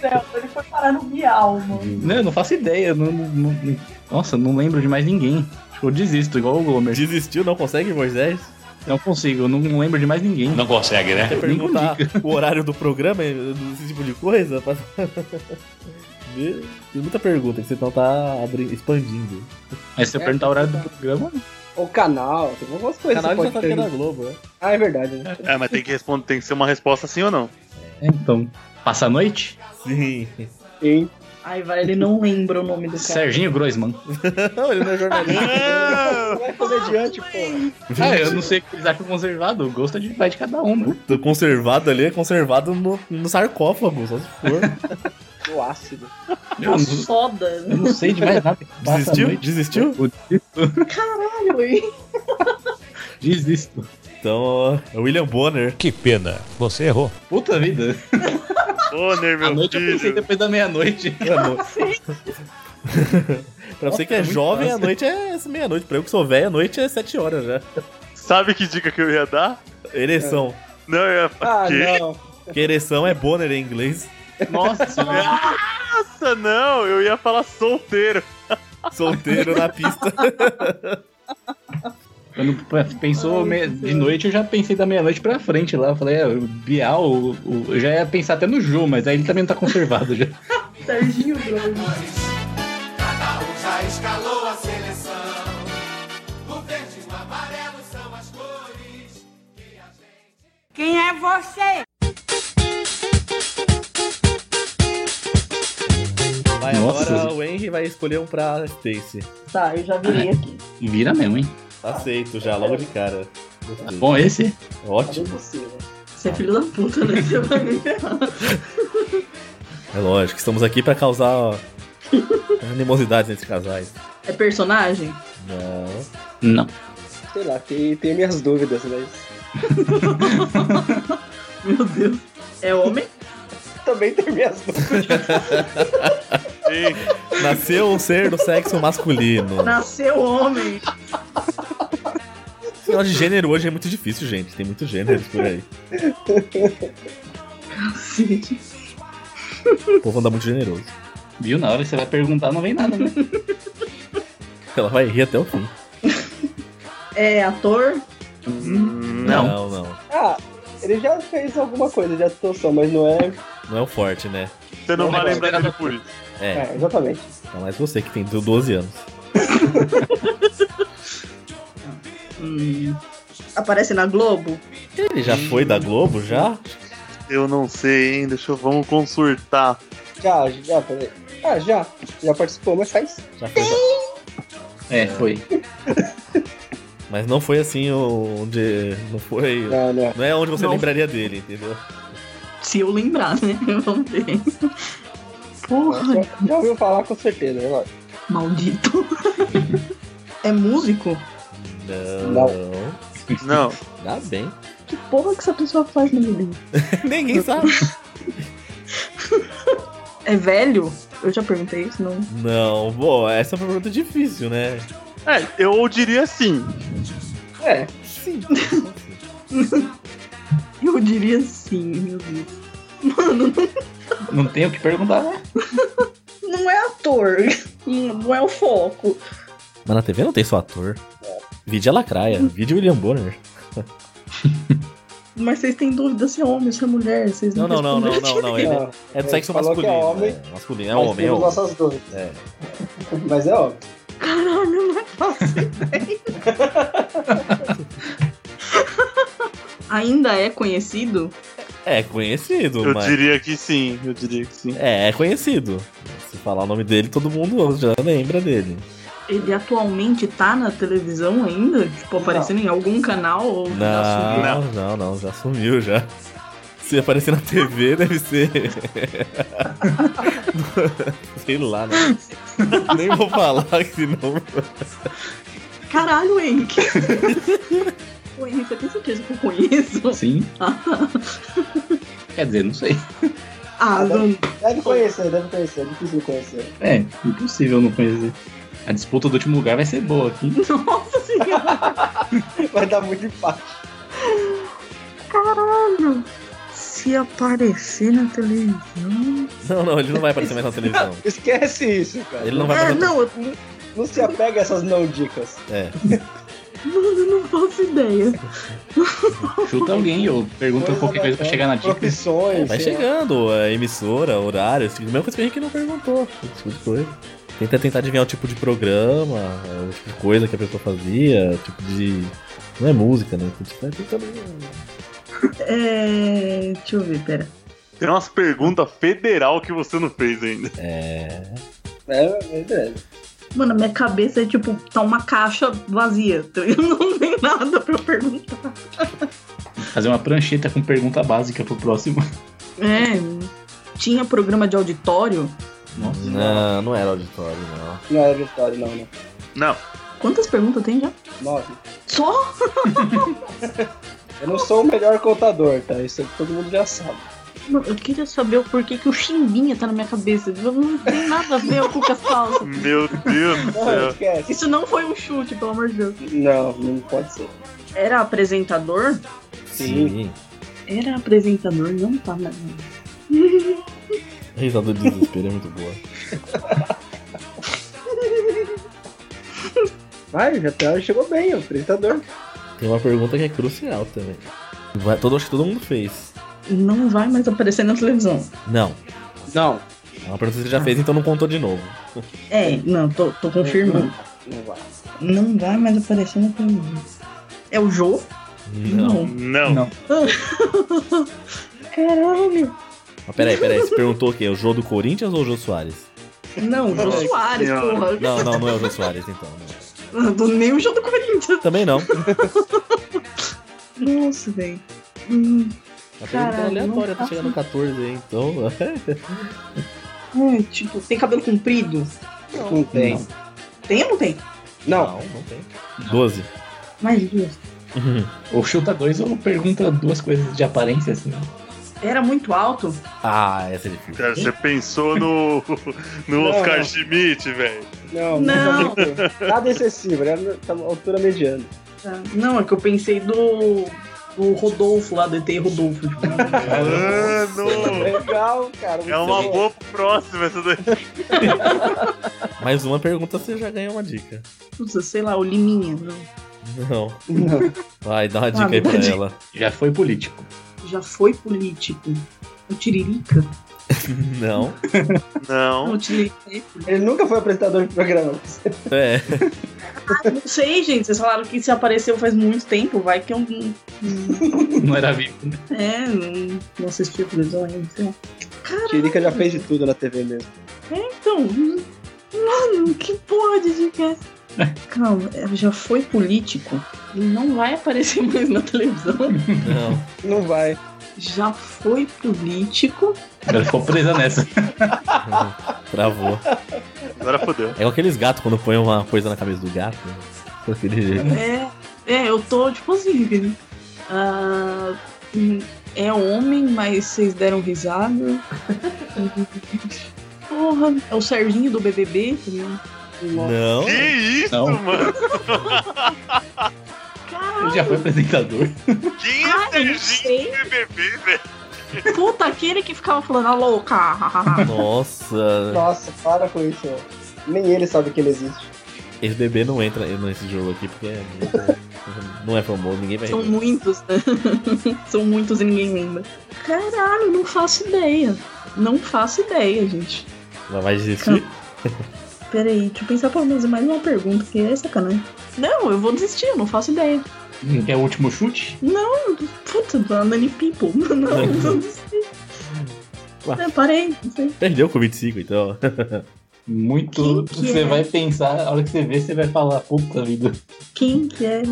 céu, ele foi parar no Bial, mano. Não, eu não faço ideia. eu Não, não- não- nossa, não lembro de mais ninguém. Acho que eu desisto, igual o Gomer. Desistiu, não consegue, Moisés? Não consigo, eu não, não lembro de mais ninguém. Não consegue, É, né? Quer perguntar o horário do programa, esse tipo de coisa? Meu, Tem muita pergunta que você então tá abri- expandindo. Mas se eu É, perguntar o horário do programa, O canal, tem algumas O coisas canal já que você tá pode aqui ter. na Globo, né? Ah, é verdade. Né? É, mas tem que responder, tem que ser uma resposta sim ou não. é, então. Passa a noite? Sim. Sim. Ai, vai, ele não lembra o nome do cara. Serginho Groisman. Não, ele não é jornalista. Não é comediante, pô. Ah, eu não sei o que eles acham conservado. O gosto é de, vai de cada um, né? Tô conservado ali, é conservado no, no sarcófago, só se for. O ácido. Eu não, Tá Foda, eu né? não sei de mais nada. Passa a Desistiu? noite. Desistiu? Eu desisto. Desisto. Então, ó, é o William Bonner. Que pena, você errou. Puta vida. Bonner, A meu noite eu pensei filho. depois da meia-noite. Pra você que é Nossa, é muito jovem, a fácil. noite é meia-noite. Pra eu que sou velho, a noite é sete horas já. Sabe que dica que eu ia dar? Ereção. Não, eu ia falar. Ah, "Quê?" não. Porque ereção é Bonner em inglês. Nossa, né? nossa, não, eu ia falar solteiro. Solteiro na pista. Quando p- pensou me- de noite, eu já pensei da meia-noite pra frente lá. Eu falei, é, o Bial, o- o- eu já ia pensar até no Ju, mas aí ele também não tá conservado já. Serginho Grosso. Quem é você? Vai, Nossa. agora o Henry vai escolher um pra Stacy. Tá, eu já virei aqui. Vira mesmo, hein? Aceito já, logo de cara. Tá Gostei. bom esse? é Ótimo. Você é filho da puta, né? Você vai me ferrar. É lógico, estamos aqui pra causar ó, animosidades entre casais. É personagem? Não. Não. Sei lá, tem, tem minhas dúvidas, mas. Meu Deus. É homem? Também tem minhas dúvidas. Sim. Nasceu um ser do sexo masculino. Nasceu homem. Esse negócio de gênero hoje é muito difícil, gente. Tem muito gênero por aí. Cacete. O povo anda muito generoso. Viu? Na hora que você vai perguntar, não vem nada, né? Ela vai rir até o fim. É ator? Não. Não, não. Ah, ele já fez alguma coisa de atuação, mas não é. Não é o forte, né? Você não Não, vai não, lembrar não. dele por isso. É, É, exatamente. ainda mais você que tem 12 anos. Hum. Aparece na Globo? Ele já foi da Globo, já? Eu não sei, hein? Deixa eu vamos consultar. Já, já, peraí. Ah, já. Já participou, mas faz. Já foi da... É, foi. Mas não foi assim onde... Não foi... Não, não. Não é onde você Não. lembraria dele, entendeu? Se eu lembrar, né? Vamos ver. Porra, É, Já, já ouviu falar com certeza, né? maldito. é músico? Não. Não. Ainda bem. Que porra que essa pessoa faz no livro? Ninguém sabe. É velho? Eu já perguntei isso, não. Não, pô, essa foi uma pergunta difícil, né? É, eu diria sim. É. Sim. Eu diria sim, meu Deus. Mano, Não tem o que perguntar, né? não é ator. Não é o foco. Mas na TV não tem só ator. Vide a Lacraia, vide William Bonner. Mas vocês têm dúvida se é homem ou se é mulher? Vocês Não, não não, não, não, responderam não, não. Ele Não, é do ele sexo falou que masculino. é homem, é masculino, é Ah, Mas homem, é temos homem. nossas dúvidas. É. Mas é óbvio. Caralho, não faço ideia. Ainda é conhecido? É conhecido, Eu mas. diria que sim, eu diria que sim. É, é conhecido. Se falar o nome dele, todo mundo já lembra dele. Ele atualmente tá na televisão ainda? Tipo, aparecendo em algum canal? Ou um Não, não, não, já sumiu já. Se aparecer na TV, deve ser. Sei lá, né? Nem vou falar, senão. Caralho, Henrique! Ô, Henrique, você tem certeza que eu conheço? Sim. Ah, tá. Quer dizer, não sei. Ah, não. Deve conhecer, deve conhecer. É difícil conhecer. É, impossível não conhecer. A disputa do último lugar vai ser boa aqui. Nossa senhora! Vai dar muito empate. Caralho! Se aparecer na televisão. Não, não, ele não vai aparecer mais na televisão. Esquece isso, cara. Ele não vai é, aparecer. não, eu, Não se apega a essas não dicas. É. mano, eu não faço ideia. Chuta alguém ou pergunta qualquer coisa pra chegar na dica. Profissões. Vai sei lá. chegando, é, emissora, horário, assim, mesma coisa que a gente não perguntou. Esse tipo de coisa. Tenta tentar adivinhar o tipo de programa, é, o tipo de coisa que a pessoa fazia, o tipo de. Não é música, né? Tipo, vai tentando. É. Deixa eu ver, pera. Tem umas perguntas federal que você não fez ainda. É. É, verdade. Mano, minha cabeça é tipo, tá uma caixa vazia. tá ligado? Não tem nada pra eu perguntar. Fazer uma prancheta com pergunta básica pro próximo. É. Tinha programa de auditório? Nossa. Não, não era auditório, não. Não é verdade, não, não. Não. Quantas perguntas tem já? Nove. Só? Eu não sou o melhor contador, tá? Isso todo mundo já sabe. Mano, eu queria saber o porquê que o Chimbinha tá na minha cabeça. Não tem nada a ver com o Cuca Falsa. Meu Deus do Não, céu. esquece. Isso não foi um chute, pelo amor de Deus. Não, não pode ser. Era apresentador? Sim. Era apresentador, não tá mais. A risada do desespero é muito boa. Vai, já tá, chegou bem, o apresentador. Tem uma pergunta que é crucial também. Vai- todo, acho que todo mundo fez. Não vai mais aparecer na televisão. Não. Não, É uma pergunta que você já fez, então não contou de novo. É, não, tô, tô confirmando. não vai. Não vai mais aparecer na televisão. É o Jô? Não. Não. Não. Caralho. Mas Ah, peraí, peraí. Você perguntou o quê? O Jô do Corinthians ou o Jô Soares? Não, o Jô Nossa Soares, Senhora. porra. Não, não, não é o Jô Soares, então. não. Não, tô nem o Jô do Corinthians. Também não. Nossa, velho. Hum, A pergunta é Caralho, aleatória, não tá faço. chegando no 14 aí, então. é, tipo, tem cabelo comprido? Não tem. Tem ou não tem? Não. não tem. 12. Mais duas. Ou chuta dois ou pergunta duas coisas de aparência, assim. Era muito alto? ah, essa é difícil. Cara, você pensou no, no Não. Oscar Schmidt, velho. Não, Não. Nada excessivo, era tá uma altura mediana. Não, é que eu pensei do. do Rodolfo lá, do ET Rodolfo. Tipo, Ah, Mano! Legal, cara. É uma muito boa pro próximo essa daí. Mais uma pergunta, você já ganhou uma dica. putz, sei lá, o Liminha. não. Não. Não. Vai, dá uma dica Ah, aí pra verdade. ela. Já foi político. Já foi político. O Tiririca? Não. Não, Não. o Tiririca é político. Ele nunca foi apresentador de programa. É. Ah, Não sei, gente. Vocês falaram que se apareceu faz muito tempo, vai que eu não. Não era vivo. né? É, não, não assisti a televisão ainda, sei lá. Tirica já fez de tudo na TV mesmo. Então, mano, que porra de dica é essa? Calma, é, já foi político? Ele não vai aparecer mais na televisão. Não. Não vai. Já foi político. Ela ficou presa nessa. Travou. Agora fodeu. É igual aqueles gatos quando põe uma coisa na cabeça do gato. né? daquele jeito. É, é, eu tô tipo assim, velho. Ah, hum, é homem, mas vocês deram risada. Porra, é o Serginho do BBB também. Não. Que isso, mano? Ele já foi apresentador. Quem é Serginho do BBB, velho? Puta, aquele que ficava falando, a louca. Nossa. Nossa, para com isso. ó. Nem ele sabe que ele existe. Esse bebê não entra nesse jogo aqui porque é muito- não é famoso, ninguém vai. São muitos, né? São muitos e ninguém lembra. Caralho, não faço ideia. Não faço ideia, gente. Ela vai desistir? Peraí, deixa eu pensar pelo menos em mais uma pergunta, que é sacanagem. Não, eu vou desistir, eu não faço ideia. É o último chute? Não, puta, Banana People. Não, não desisti. É, parei, não sei. Perdeu com 25, então. Muito. Quem que você é? vai pensar, a hora que você vê, você vai falar, puta vida. Quem que é?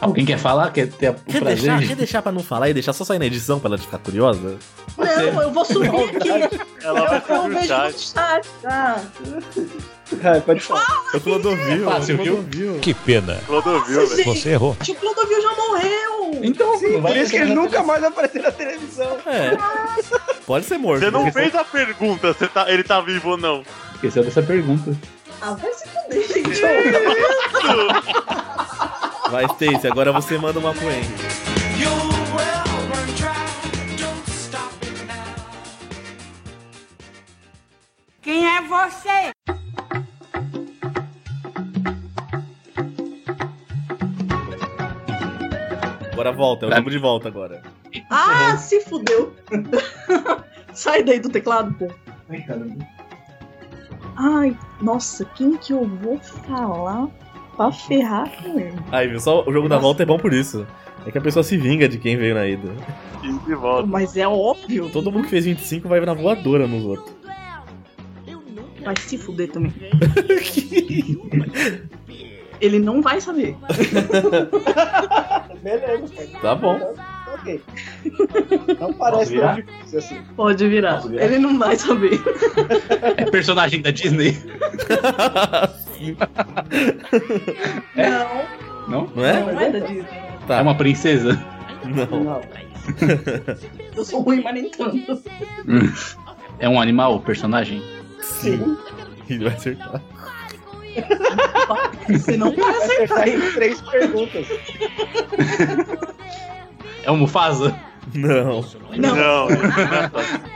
Alguém quer falar? Quer ter o Quer prazer deixar, de- quer deixar pra não falar e deixar só sair na edição pra ela ficar curiosa? Não, eu vou subir aqui. Ela vai eu subir no vejo no chat. chat. Ah, É, pode falar. Eu Clodovil, fácil, viu? Que pena. Clodovil, velho. Você errou. o Tipo, Clodovil já morreu. Então, Sim, por isso que ele nunca mais vai aparecer na televisão. É. Pode ser morto. Você não fez a pergunta se tá- ele tá vivo ou não. Esqueceu dessa pergunta. Ah, vai se fuder, gente. Vai, Stacy, agora você manda uma pro Henry. Quem é você? Agora volta, é o jogo de volta agora. Ah, se fudeu. Sai daí do teclado, pô. Ai, nossa, quem que eu vou falar pra ferrar com ele? Aí, viu? Só o jogo da volta é bom por isso. É que a pessoa se vinga de quem veio na ida. E de volta. Mas é óbvio. Todo mundo que fez 25 vai na voadora nos outros. Vai se fuder também. ele não vai saber. Beleza, cara. Tá bom. Ok. Não parece virar? tão difícil assim. Pode virar. Posso virar? Ele não vai saber. É personagem da Disney. Não, Não? Não é? não é da Disney. Tá. É uma princesa? Não. Não. Eu sou ruim, mas nem tanto. É um animal, personagem? Sim. Ele vai acertar. Você não vai acertar. Acertar tá em três perguntas. É um Mufasa? Não. Não. é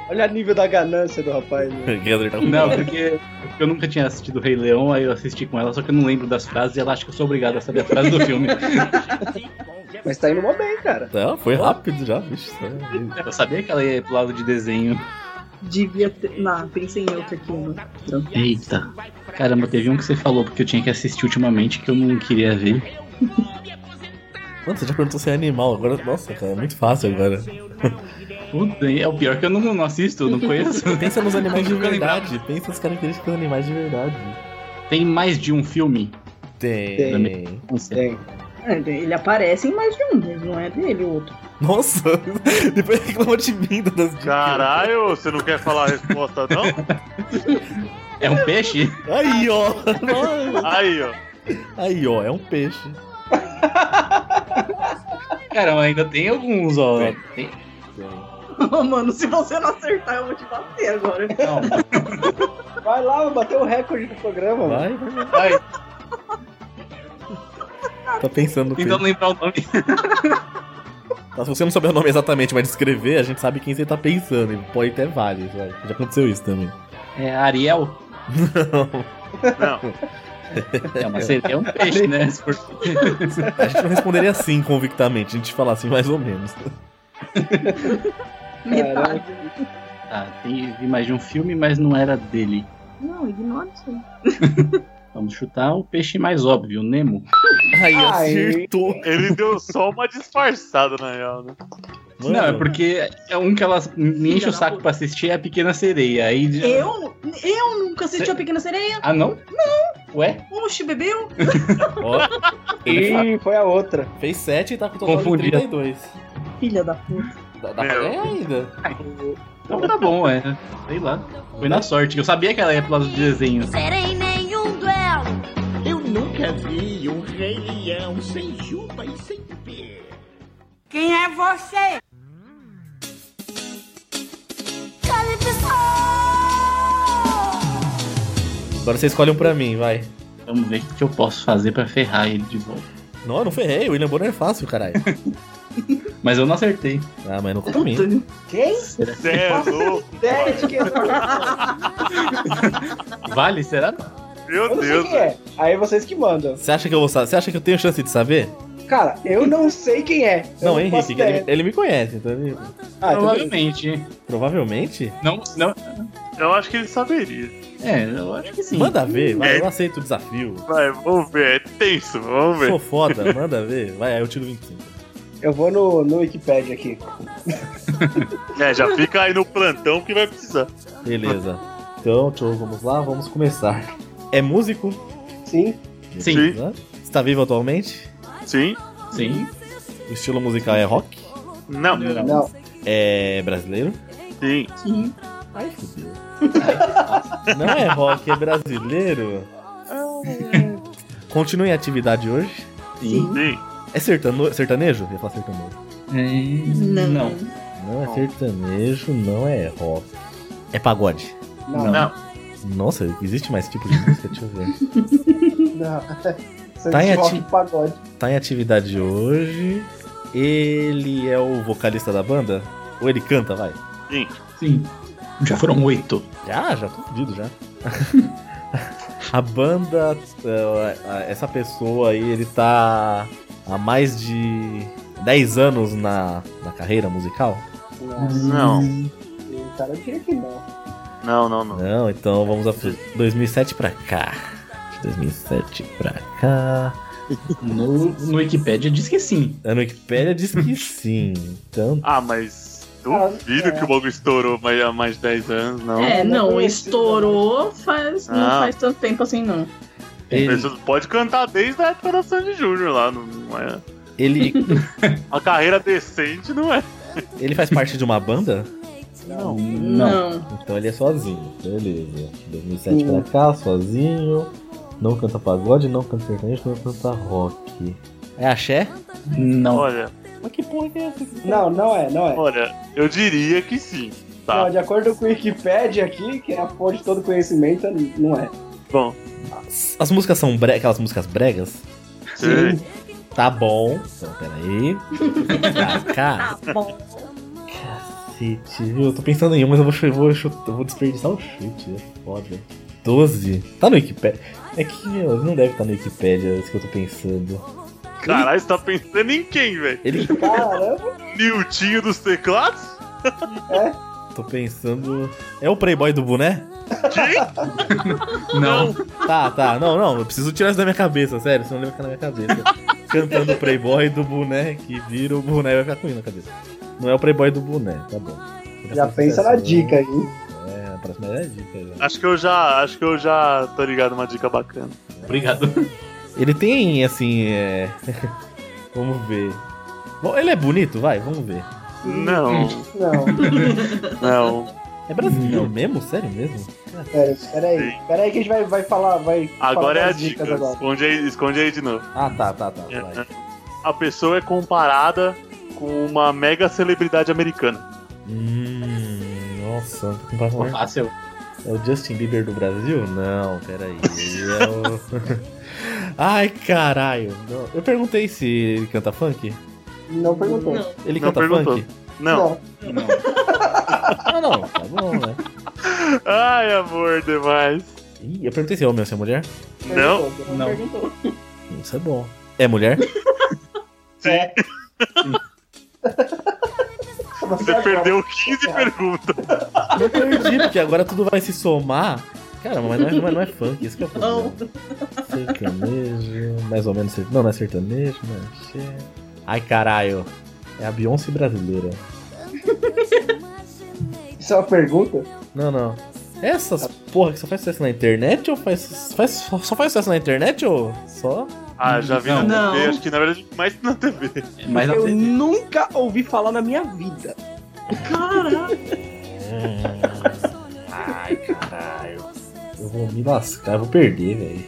Olha o nível da ganância do rapaz. Né? Quer acertar um Não, porque eu nunca tinha assistido Rei Leão, aí eu assisti com ela, só que eu não lembro das frases e ela acha que eu sou obrigado a saber a frase do filme. Mas tá indo mó bem, cara. Tá, foi rápido já, bicho. Tá. Eu sabia que ela ia pro lado de desenho. Devia ter. Não, pensei em outra aqui. né? Uma. Eita. Caramba, teve um que você falou porque eu tinha que assistir ultimamente que eu não queria ver. Mano, você já perguntou se é animal. Agora, nossa, cara, é muito fácil agora. Puta, é o pior que eu não, não assisto, eu não conheço. Pensa nos animais de Nunca lembrava. verdade. Pensa nas características dos animais de verdade. Tem mais de um filme? Tem. Não sei. Tem. É, Ele aparece em mais de um, mas não é dele o outro. Nossa, depois reclamou de mim das dicas. Tá. Caralho, você não quer falar a resposta, não? É um peixe? Aí, ó. Nossa. Aí, ó. Aí, ó, é um peixe. Caramba, ainda tem alguns, ó. Tem- Ô, mano, se você não acertar, eu vou te bater agora. Não, Vai lá, vou bater o recorde do programa. mano. Vai, vai. vai. Tá pensando no peixe. Tentando lembrar o nome. Tá, se você não souber o nome exatamente, mas descrever, a gente sabe quem você tá pensando. E pode até vale. vai. Já aconteceu isso também. É Ariel? Não. É, mas seria um peixe, né? Se for- A gente não responderia assim convictamente, a gente fala assim mais ou menos. Caramba. Tá, tem, vi mais de um filme, mas não era dele. Não, ignora isso aí. Vamos chutar o peixe mais óbvio, Nemo. Aí Ai. acertou. Ele deu só uma disfarçada, na real, né? Mano, Não, é porque é um que elas me enche o saco pra assistir é a Pequena Sereia. Aí já- Eu, eu nunca assisti a Pequena Sereia. Ah, não? Não. Ué? Oxe, bebeu. ó, ele E foi a outra. fez 7 e tá com total Confundi. de 32. Filha da puta. Dá, dá pra Meu. ganhar ainda. Então tá bom, é. Sei lá. Foi na sorte, que eu sabia que ela ia pro lado do desenho. Serei nenhum duelo. Eu não quero havia um rei leão sem juba e sem pé. Quem é você? Agora você escolhe um pra mim, vai. Vamos ver o que eu posso fazer pra ferrar ele de volta. Não, eu não ferrei, o William Bonner é fácil, caralho. Mas eu não acertei. Ah, mas não conta pra mim. Quem? Cê é louco. Sério é. que Vale, será? Meu Eu não sei Deus. quem é. Aí vocês que mandam. Você acha que eu vou sa- Você acha que eu tenho chance de saber? Cara, eu não sei quem é. Eu Não, faço Henrique, que ideia. ele, ele me conhece, então ele- Ah, então beleza. Provavelmente. Provavelmente? Não, não. Eu acho que ele saberia. É, eu acho que sim. Manda ver, vai, É. eu aceito o desafio. Vai, vamos ver. É tenso, vamos ver. Sou foda, manda ver. Vai, aí eu tiro 25. Eu vou no, no Wikipedia aqui. É, já fica aí no plantão que vai precisar. Beleza. Então, tchau, vamos lá, vamos começar. É músico? Sim. Sim. Beleza. Está vivo atualmente? Sim? Sim. O estilo musical é rock? Não. Não. É brasileiro? Sim. Sim. Ai, fudeu. Não é rock, é brasileiro. Continua em atividade hoje? Sim. Sim. É sertano... sertanejo? Eu ia falar sertanejo. É, Não. Não é sertanejo, não é rock. É pagode. Não. Não. Nossa, existe mais tipo de música? Deixa eu ver. Não. Você Tá em tá rock ati- pagode. Tá em atividade hoje. Ele é o vocalista da banda? Ou ele canta, vai? Sim. Já foram oito. Já, já tô fudido já. a banda. eh, Essa pessoa aí, ele tá há mais de 10 anos na, na carreira musical? Não. Não. O cara diria que não. Não, não, não. Não, então vamos a 2007 pra cá. 2007 pra cá. No, no Wikipedia diz que sim. A Wikipedia diz que sim. Então, Ah, mas duvido Ah, é. que o bagulho estourou mais- há mais de 10 anos, não. É, não não, conheço, estourou faz, não Ah. faz tanto tempo assim, não. Tem ele, pessoas- Pode cantar desde a época da Sandy Júnior lá, não, não é? ele, Uma carreira decente não é. ele faz parte de uma banda? Não. Não. Então ele é sozinho. Beleza. 2007 pra cá, sozinho. Não canta pagode, não canta sertanejo, não canta rock. É axé? Não. Olha, Mas que porra que é essa? Não, não é, não é. olha, eu diria que sim. Tá. Não, de acordo com o Wikipedia aqui, que é a fonte de todo conhecimento, não é. Bom, As músicas são bre... aquelas músicas bregas? sim. Tá bom. Então, peraí. Pra cá. Tá bom. Cacete. viu? Eu tô pensando em um, mas eu vou, chu- eu vou, chu- eu vou desperdiçar o chute. É foda. 12. Tá no Wikipedia. É que, meu, não deve estar no Wikipedia, é isso que eu tô pensando. Caralho, você tá pensando em quem, velho? Ele. Caramba, Niltinho dos teclados? Tô pensando. É o Playboy do boné? Não. Tá, tá. Não, não. Eu preciso tirar isso da minha cabeça, sério. Senão ele vai ficar na minha cabeça. Cantando Playboy do boné que vira o boné vai ficar com isso na cabeça. Não é o Playboy do boné, tá bom. já pensa na dica aí. É, a próxima é a dica já. Acho que eu já, acho que eu já tô ligado uma dica bacana. Obrigado. Ele tem, assim, é... vamos ver. Bom, ele é bonito, vai, vamos ver. Não, Não, não. É brasileiro mesmo? Sério mesmo? pera, pera aí. Pera aí que a gente vai, vai falar, vai falar Agora é a das dica. dicas agora. Esconde aí, esconde aí de novo. Ah, tá, tá, tá. Vai. A pessoa é comparada com uma mega celebridade americana. Hum, nossa. não vai falar. Fácil. É o Justin Bieber do Brasil? Não, peraí. Ele é o... Ai, caralho. Não. Eu perguntei se ele canta funk. Não perguntou. Não. Ele Não canta perguntou. funk? Não. Não. Ah, não. Tá bom, né? Ai, amor demais. Ih, eu perguntei se é homem ou se é mulher. Não. perguntou. Não. Perguntou. Isso é bom. É mulher? É. Você perdeu 15 perguntas. Eu perdi, porque agora tudo vai se somar. Cara, mas não é, mas não é funk, isso que eu falo. Não. Sertanejo, mais ou menos sertanejo. Não, não é sertanejo, não é axé. Ai, caralho. É a Beyoncé brasileira. Isso é uma pergunta? Não, não. Essas porra que só faz sucesso na internet ou faz, faz só só faz sucesso na internet ou só? Ah, já vi na Não. TV, acho que na verdade mais na TV. Mas eu até- nunca ouvi falar na minha vida. Ai, caralho. Eu vou me lascar, eu vou perder, velho.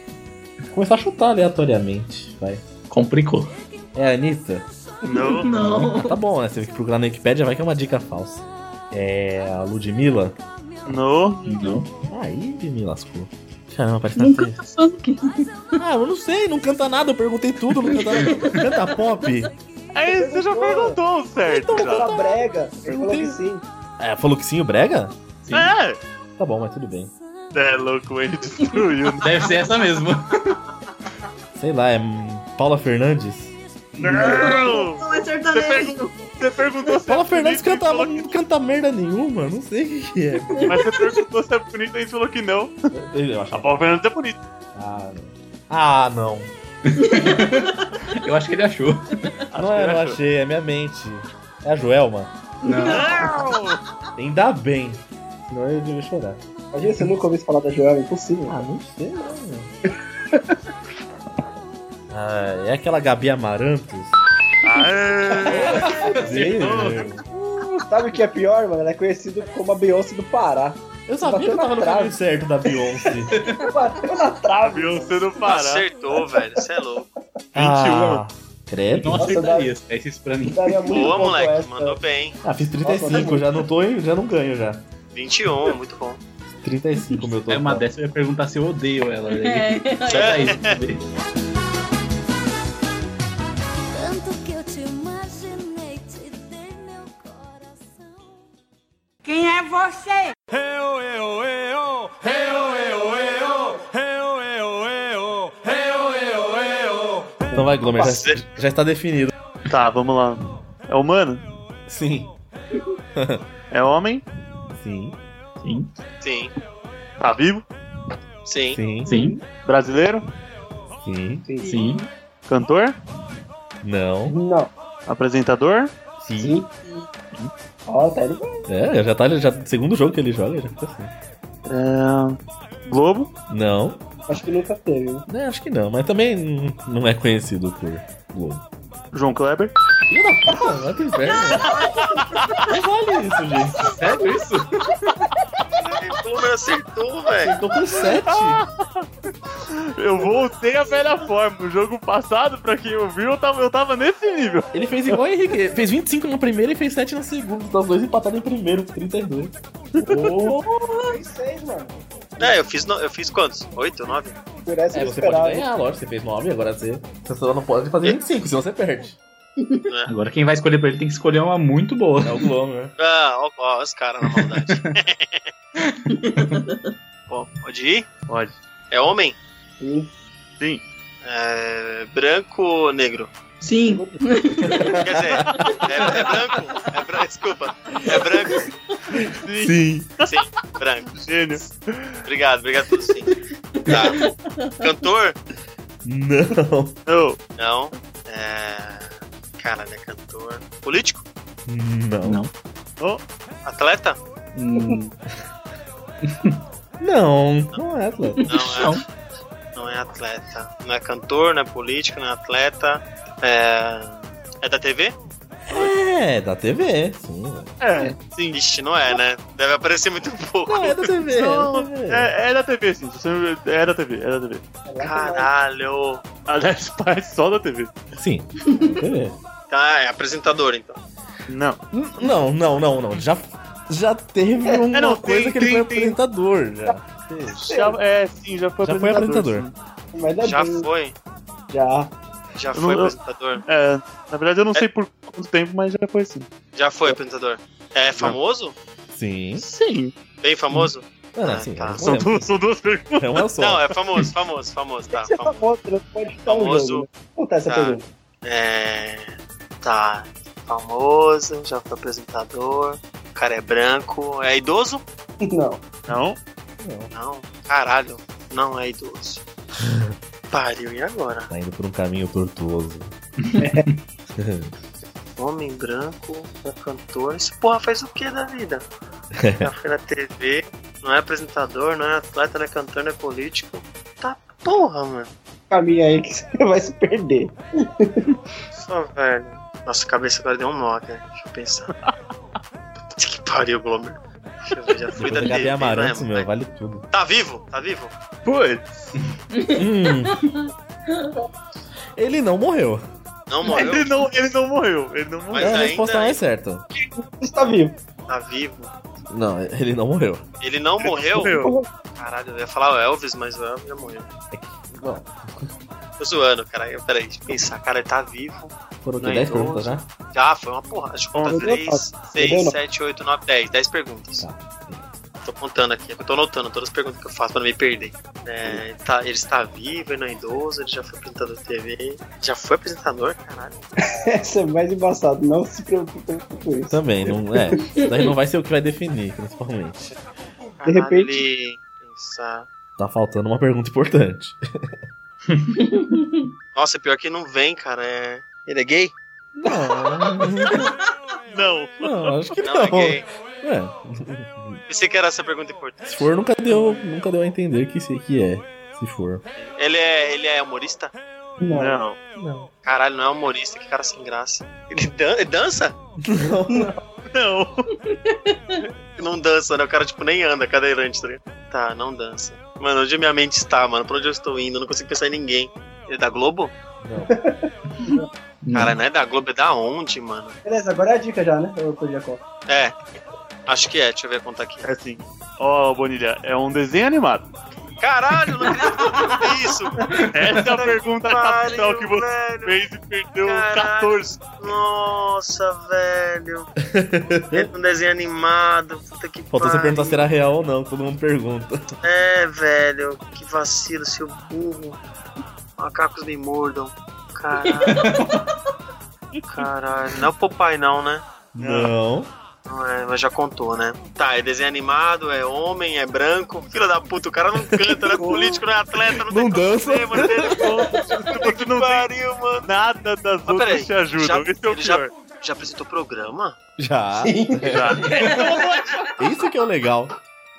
Começar a chutar aleatoriamente, vai. Complicou. É a Anitta? Não. Não. Tá bom, né? Você tem que procurar na Wikipédia, vai que é uma dica falsa. É a Ludmilla? Não. Não. Aí me lascou. Caramba, parece que Nem tá feio. canta funk. Ah, eu não sei, não canta nada, eu perguntei tudo, não canta nada. Canta pop? Aí É você já perguntou, certo? Ele já. falou Tá brega. Ele falou que sim. É, falou que sim o Brega? É. Tá bom, mas tudo bem. É louco, ele destruiu. Deve ser essa mesmo. Sei lá, é hum, Paula Fernandes? Não! Não é sertanejo. Você perguntou se Paula é Fernandes bonito, canta, não canta merda nenhuma, não sei o que que é. mas você perguntou se é bonito e ele falou que não. Eu A achava... Paula Fernandes é bonita. Ah, não. Ah, não. Eu acho que ele achou. Não, é, que não achou. achei, é minha mente. É a Joelma? Não. Não! Ainda bem. Senão eu devia chorar. Imagina você nunca ouviu falar da Joelma, impossível. Ah, não sei não, meu. Ah, é aquela Gabi Amarantos? Aê! Sei, meu. Sabe o que é pior, mano? Ela é conhecida como a Beyoncé do Pará. Eu sabia que eu tava no caminho certo da Beyoncé. Bateu Tá na trave. Beyoncé não parar. Acertou, velho. Você é louco. Ah, credo. Não Nossa, aceitaria se desse isso pra mim. Daria muito Boa, ponto é moleque. extra. Mandou bem. Ah, fiz Nossa, 35, tá já não tô, em- já não ganho já. 21, é muito bom. 35 meu total. É uma dessa, eu ia perguntar se eu odeio ela. É. Sai daí. Tanto que eu te imaginei, te dei meu coração. Quem é você? Então vai, Glomer, já, Nossa. já está definido. Tá, vamos lá. É humano? Sim. É homem? Sim, Sim, Sim, Tá vivo? sim, sim, sim, Brasileiro? sim. sim. Cantor? Não, Não. Apresentador? sim. Ó, tá indo bem. É, já tá, já, segundo jogo que ele joga, já fica assim. É... Globo? Não, Acho que nunca teve. né? né, acho que não, mas também n- não é conhecido por Globo. João Kleber? Filho da puta, vai pro inferno. Não vale isso, gente. Sério isso? O número acertou, velho. Eu tô com 7. Eu voltei à velha forma. O jogo passado, pra quem ouviu, eu tava, eu tava nesse nível. Ele fez igual o Henrique. ele Fez 25 na primeira e fez 7 na segunda. Então os dois empatados em primeiro, com 32. Tem seis, mano. É, eu fiz, no- eu fiz quantos? Oito, nove? Por essa É, eu você pode esperava. ganhar, lógico. Você fez 9, agora você, você só não pode fazer 25, senão você perde. Agora quem vai escolher pra ele tem que escolher uma muito boa. É o Globo, né? Ah, ó, ó os caras na maldade. Bom, pode ir? Pode. É homem? Sim. Sim. É, branco ou negro? Sim. Quer dizer, é, é branco? É branco, desculpa. É branco? Sim. Sim, branco. Gênio. Obrigado, obrigado pelo sim. Tá. Cantor? Não. Não. Não. É... Caralho, é cantor. Político? Não. Não. Atleta? Hum, Não, é, Atlas. Não, é. Não é atleta. Não é cantor, não é político, não é atleta. É. É da TV? É, da TV, sim. É, sim. Ixi, não é, né? Deve aparecer muito pouco. Não, é da TV. Não, é da TV. É, é da TV, sim. Você- É da TV, é da TV. Caralho. Aliás, faz só da TV. Sim, da TV. Tá, é apresentador então. Não. N- Não, não, não, não. Já, já teve uma não, tem- coisa que ele tem- foi tem. apresentador. Já. Já, é, sim, já foi Já foi apresentador. sim. Mas dá Já bem, foi. Já. Já Eu foi não- apresentador. É, na verdade, eu não sei por quanto tempo, mas já foi sim. Já foi apresentador. É famoso? Sim. Sim. Bem famoso? Ah, não, Ah, sim. tá. eu não São lembro. duas, são duas perguntas. Não é o som. Não, é famoso, famoso, famoso. Tá, Você tá famoso. bom, você não pode dar um Famoso. jogo. né? Acontece Tá. a pergunta. É. Tá. Famoso, já foi apresentador. O cara é branco. É idoso? Não. Não. Não. Caralho. Não é idoso. Pariu, e agora? Tá indo por um caminho tortuoso. Homem branco, é cantor. Esse porra faz o que da vida? Já foi na TV, não é apresentador, não é atleta, não é cantor, não é político. Tá porra, mano. Caminho aí que você vai se perder. Só velho. Nossa, a cabeça agora deu um nó, cara. Deixa eu pensar. Puta que pariu, Glomer. Deixa eu ver, já fui Depois da da Gabi TV, Amarantos, né, meu, mano? vale tudo. Tá vivo? Tá vivo? Putz. Hum. Ele não morreu. Não morreu? Ele não, ele não morreu. Ele não Mas morreu. é a ainda resposta mais certa. Está vivo. Tá vivo. Não, ele não morreu. Ele não morreu? morreu. Caralho, eu ia falar o Elvis, mas o Elvis já morreu. Não. Tô zoando, caralho. Peraí, deixa eu pensar. Cara, ele tá vivo. Foram Não aqui é 10 idoso. perguntas já? Já, foi uma Tá porrada. Deixa eu Ah, contar. eu dei 3, nota. Eu dei 6, nota. 7, 8, 9, 10. 10 perguntas. Tô apontando aqui, eu tô anotando todas as perguntas que eu faço pra não me perder. É, tá, ele está vivo, ele não é idoso, ele já foi apresentador de TV. Já foi apresentador? Caralho. Essa é mais embaçado. Não se preocupe com isso. Também, não é. Isso daí não vai ser o que vai definir, principalmente. De repente. Ele... Pensar. Tá faltando uma pergunta importante. Nossa, pior que não vem, cara. É... Ele é gay? Não. Não, acho que não. Não, é gay. É. Pensei que era essa pergunta importante. Se for, nunca deu, nunca deu a entender que sei que é. Se for. Ele é, ele é humorista? Não. Não. Caralho, não é humorista, que cara sem graça. Ele, dan- ele dança? Não. Não dança, né? O cara, tipo, nem anda, cadeirante, tá ligado? Tá, não dança. Mano, onde minha mente está, mano? Pra onde eu estou indo? Eu não consigo pensar em ninguém. Ele é da Globo? Não. Cara, não é da Globo, é da onde, mano? Beleza, agora é a dica já, né? Eu podia colocar. É. Acho que é, deixa eu ver a conta aqui. É sim. Ó, Bonilha, é um desenho animado. Caralho, não acredito que eu perguntei isso. Essa é a pergunta capital que você fez e perdeu 14. Nossa, velho. É um desenho animado. Puta que Faltou você pariu. perguntar se era real ou não, que todo mundo pergunta. É, velho, que vacilo, seu burro. Macacos me mordam. Caralho. Caralho, não é o Popeye não, né? Não. Não é, mas já contou, né? Tá, é desenho animado, é homem, é branco. Filha da puta, o cara não canta, não é político, não é atleta, não, Não dança. tem mano. Ele Puta que pariu, mano. Nada das Mas outras peraí, te ajudam. já- Esse é o ele já- pior. Já apresentou programa? Já. Isso que é o legal.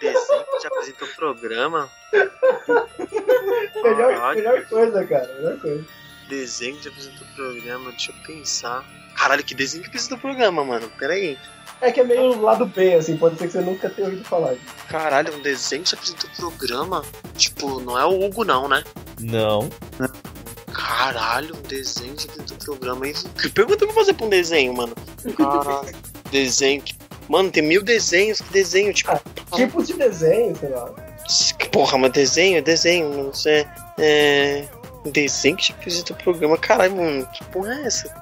Desenho, já apresentou programa? Melhor, Caralho. melhor coisa, cara. Melhor coisa. Desenho que já apresentou programa, deixa eu pensar. Caralho, que desenho que apresentou programa, mano? Peraí. É que é meio lado B, assim. Pode ser que você nunca tenha ouvido falar. Caralho, um desenho que já apresentou programa? Tipo, não é o Hugo, não, né? Não. Caralho, um desenho que apresentou programa. Isso- Que pergunta eu vou fazer pra um desenho, mano? Caralho, desenho que. Mano, tem mil desenhos, que desenho, tipo. Tipos de desenho, sei lá. Que porra, mas desenho é desenho, não sei. É. Desenho que já apresentou programa. Caralho, mano, que porra é essa?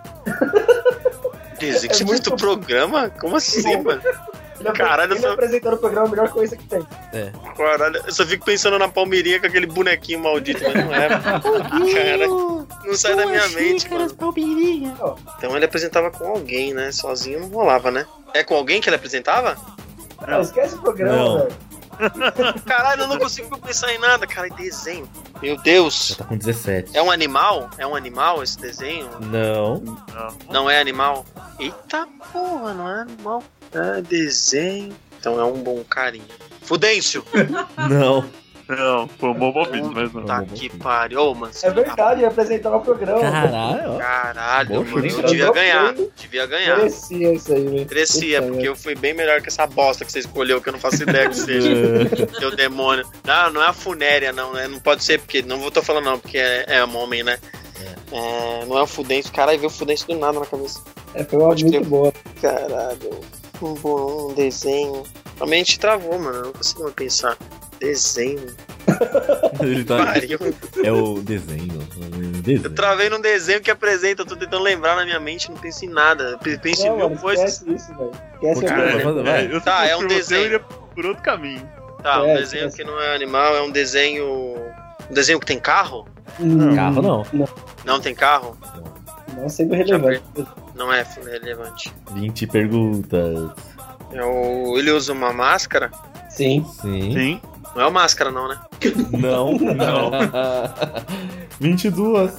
Desenho que É já muito- apresentou programa? Como assim, mano? Ele apre- Caralho, ele essa- apresentando o programa é a melhor coisa que tem. É. Caralho, eu só fico pensando na Palmeirinha com aquele bonequinho maldito, mas não é. Cara, não sai da minha mente, mano. Então ele apresentava com alguém, né? Sozinho não rolava, né? É com alguém que ele apresentava? Não, esquece o programa, Não. velho. Caralho, eu não consigo pensar em nada, cara. É desenho. Meu Deus. Tá com 17. É um animal? É um animal esse desenho? Não. Não é animal? Eita porra, não é animal. É desenho. Então é um bom carinho. Fudêncio! Não. Não, foi um bom palpite, mas não. Tá que pariu, Ô, mano. tá É verdade, ele apresentava o programa. Caralho. É, ó. Caralho, Boa mano. chance. Eu devia ganhar. Devia ganhar. Merecia isso aí, velho. Crescia, Puta, porque velho. eu fui bem melhor que essa bosta que você escolheu, que eu não faço ideia que seja. Seu demônio. Não, não é a funéria, não, né? Não pode ser, porque. Não vou tô falando, não, porque é, é um homem, né? É, não é o Fudêncio. Caralho, veio o Fudêncio do nada na cabeça. É, foi uma Pode muito crer. boa. Caralho. Um bom um desenho. A mente travou, mano. Eu não consigo mais pensar. Desenho. Ele tá... Pariu. É o desenho. o Eu desenho. travei num desenho que apresenta. Eu tô tentando lembrar na minha mente, não penso em nada. Eu Penso Não, em mil mano, coisas. esquece isso, velho. Esquece Pô, o cara, vai, programa. vai. Eu, se Tá, fosse é um por você, desenho. Eu iria por outro caminho. Tá, um É, desenho sim. que não é animal, é um desenho. Um desenho que tem carro? Hum, Carro não. Não tem carro? Não sendo relevante. Não é relevante. 20 perguntas. É o. Ele usa uma máscara? Sim. Sim. Sim. Não é uma máscara, não, né? Não. Não. 22.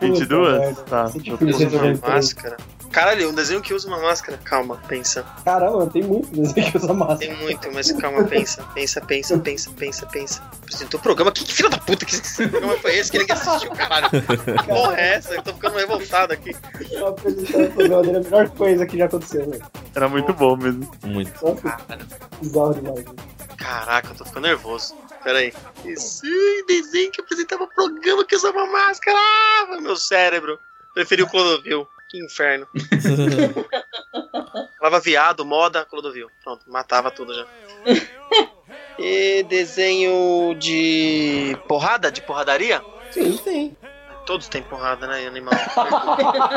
22? merda. tá. Isso é eu tô difícil, com- Usa Usa uma uma máscara. Caralho, um desenho que usa uma máscara. Calma, pensa. Caramba, tem muito desenho que usa máscara. Tem muito, mas calma, pensa. Pensa, pensa, pensa, pensa, pensa. Apresentou o programa. Que, que filho da puta que esse programa foi esse que ninguém assistiu, caralho? Que porra é essa? Eu tô ficando revoltado aqui. Só Então, apresentando o programa dele é a melhor coisa que já aconteceu, velho. Era muito bom mesmo. Muito. Só que Caralho. bizarro demais. né? velho. Caraca, eu tô ficando nervoso. Peraí. E sim, desenho que apresentava programa que usava máscara. Ah, meu cérebro. Preferiu Clodovil. Que inferno. Falava viado, moda, Clodovil. Pronto, matava tudo já. E desenho de porrada? De porradaria? Sim, sim. Todos têm porrada, né, animal?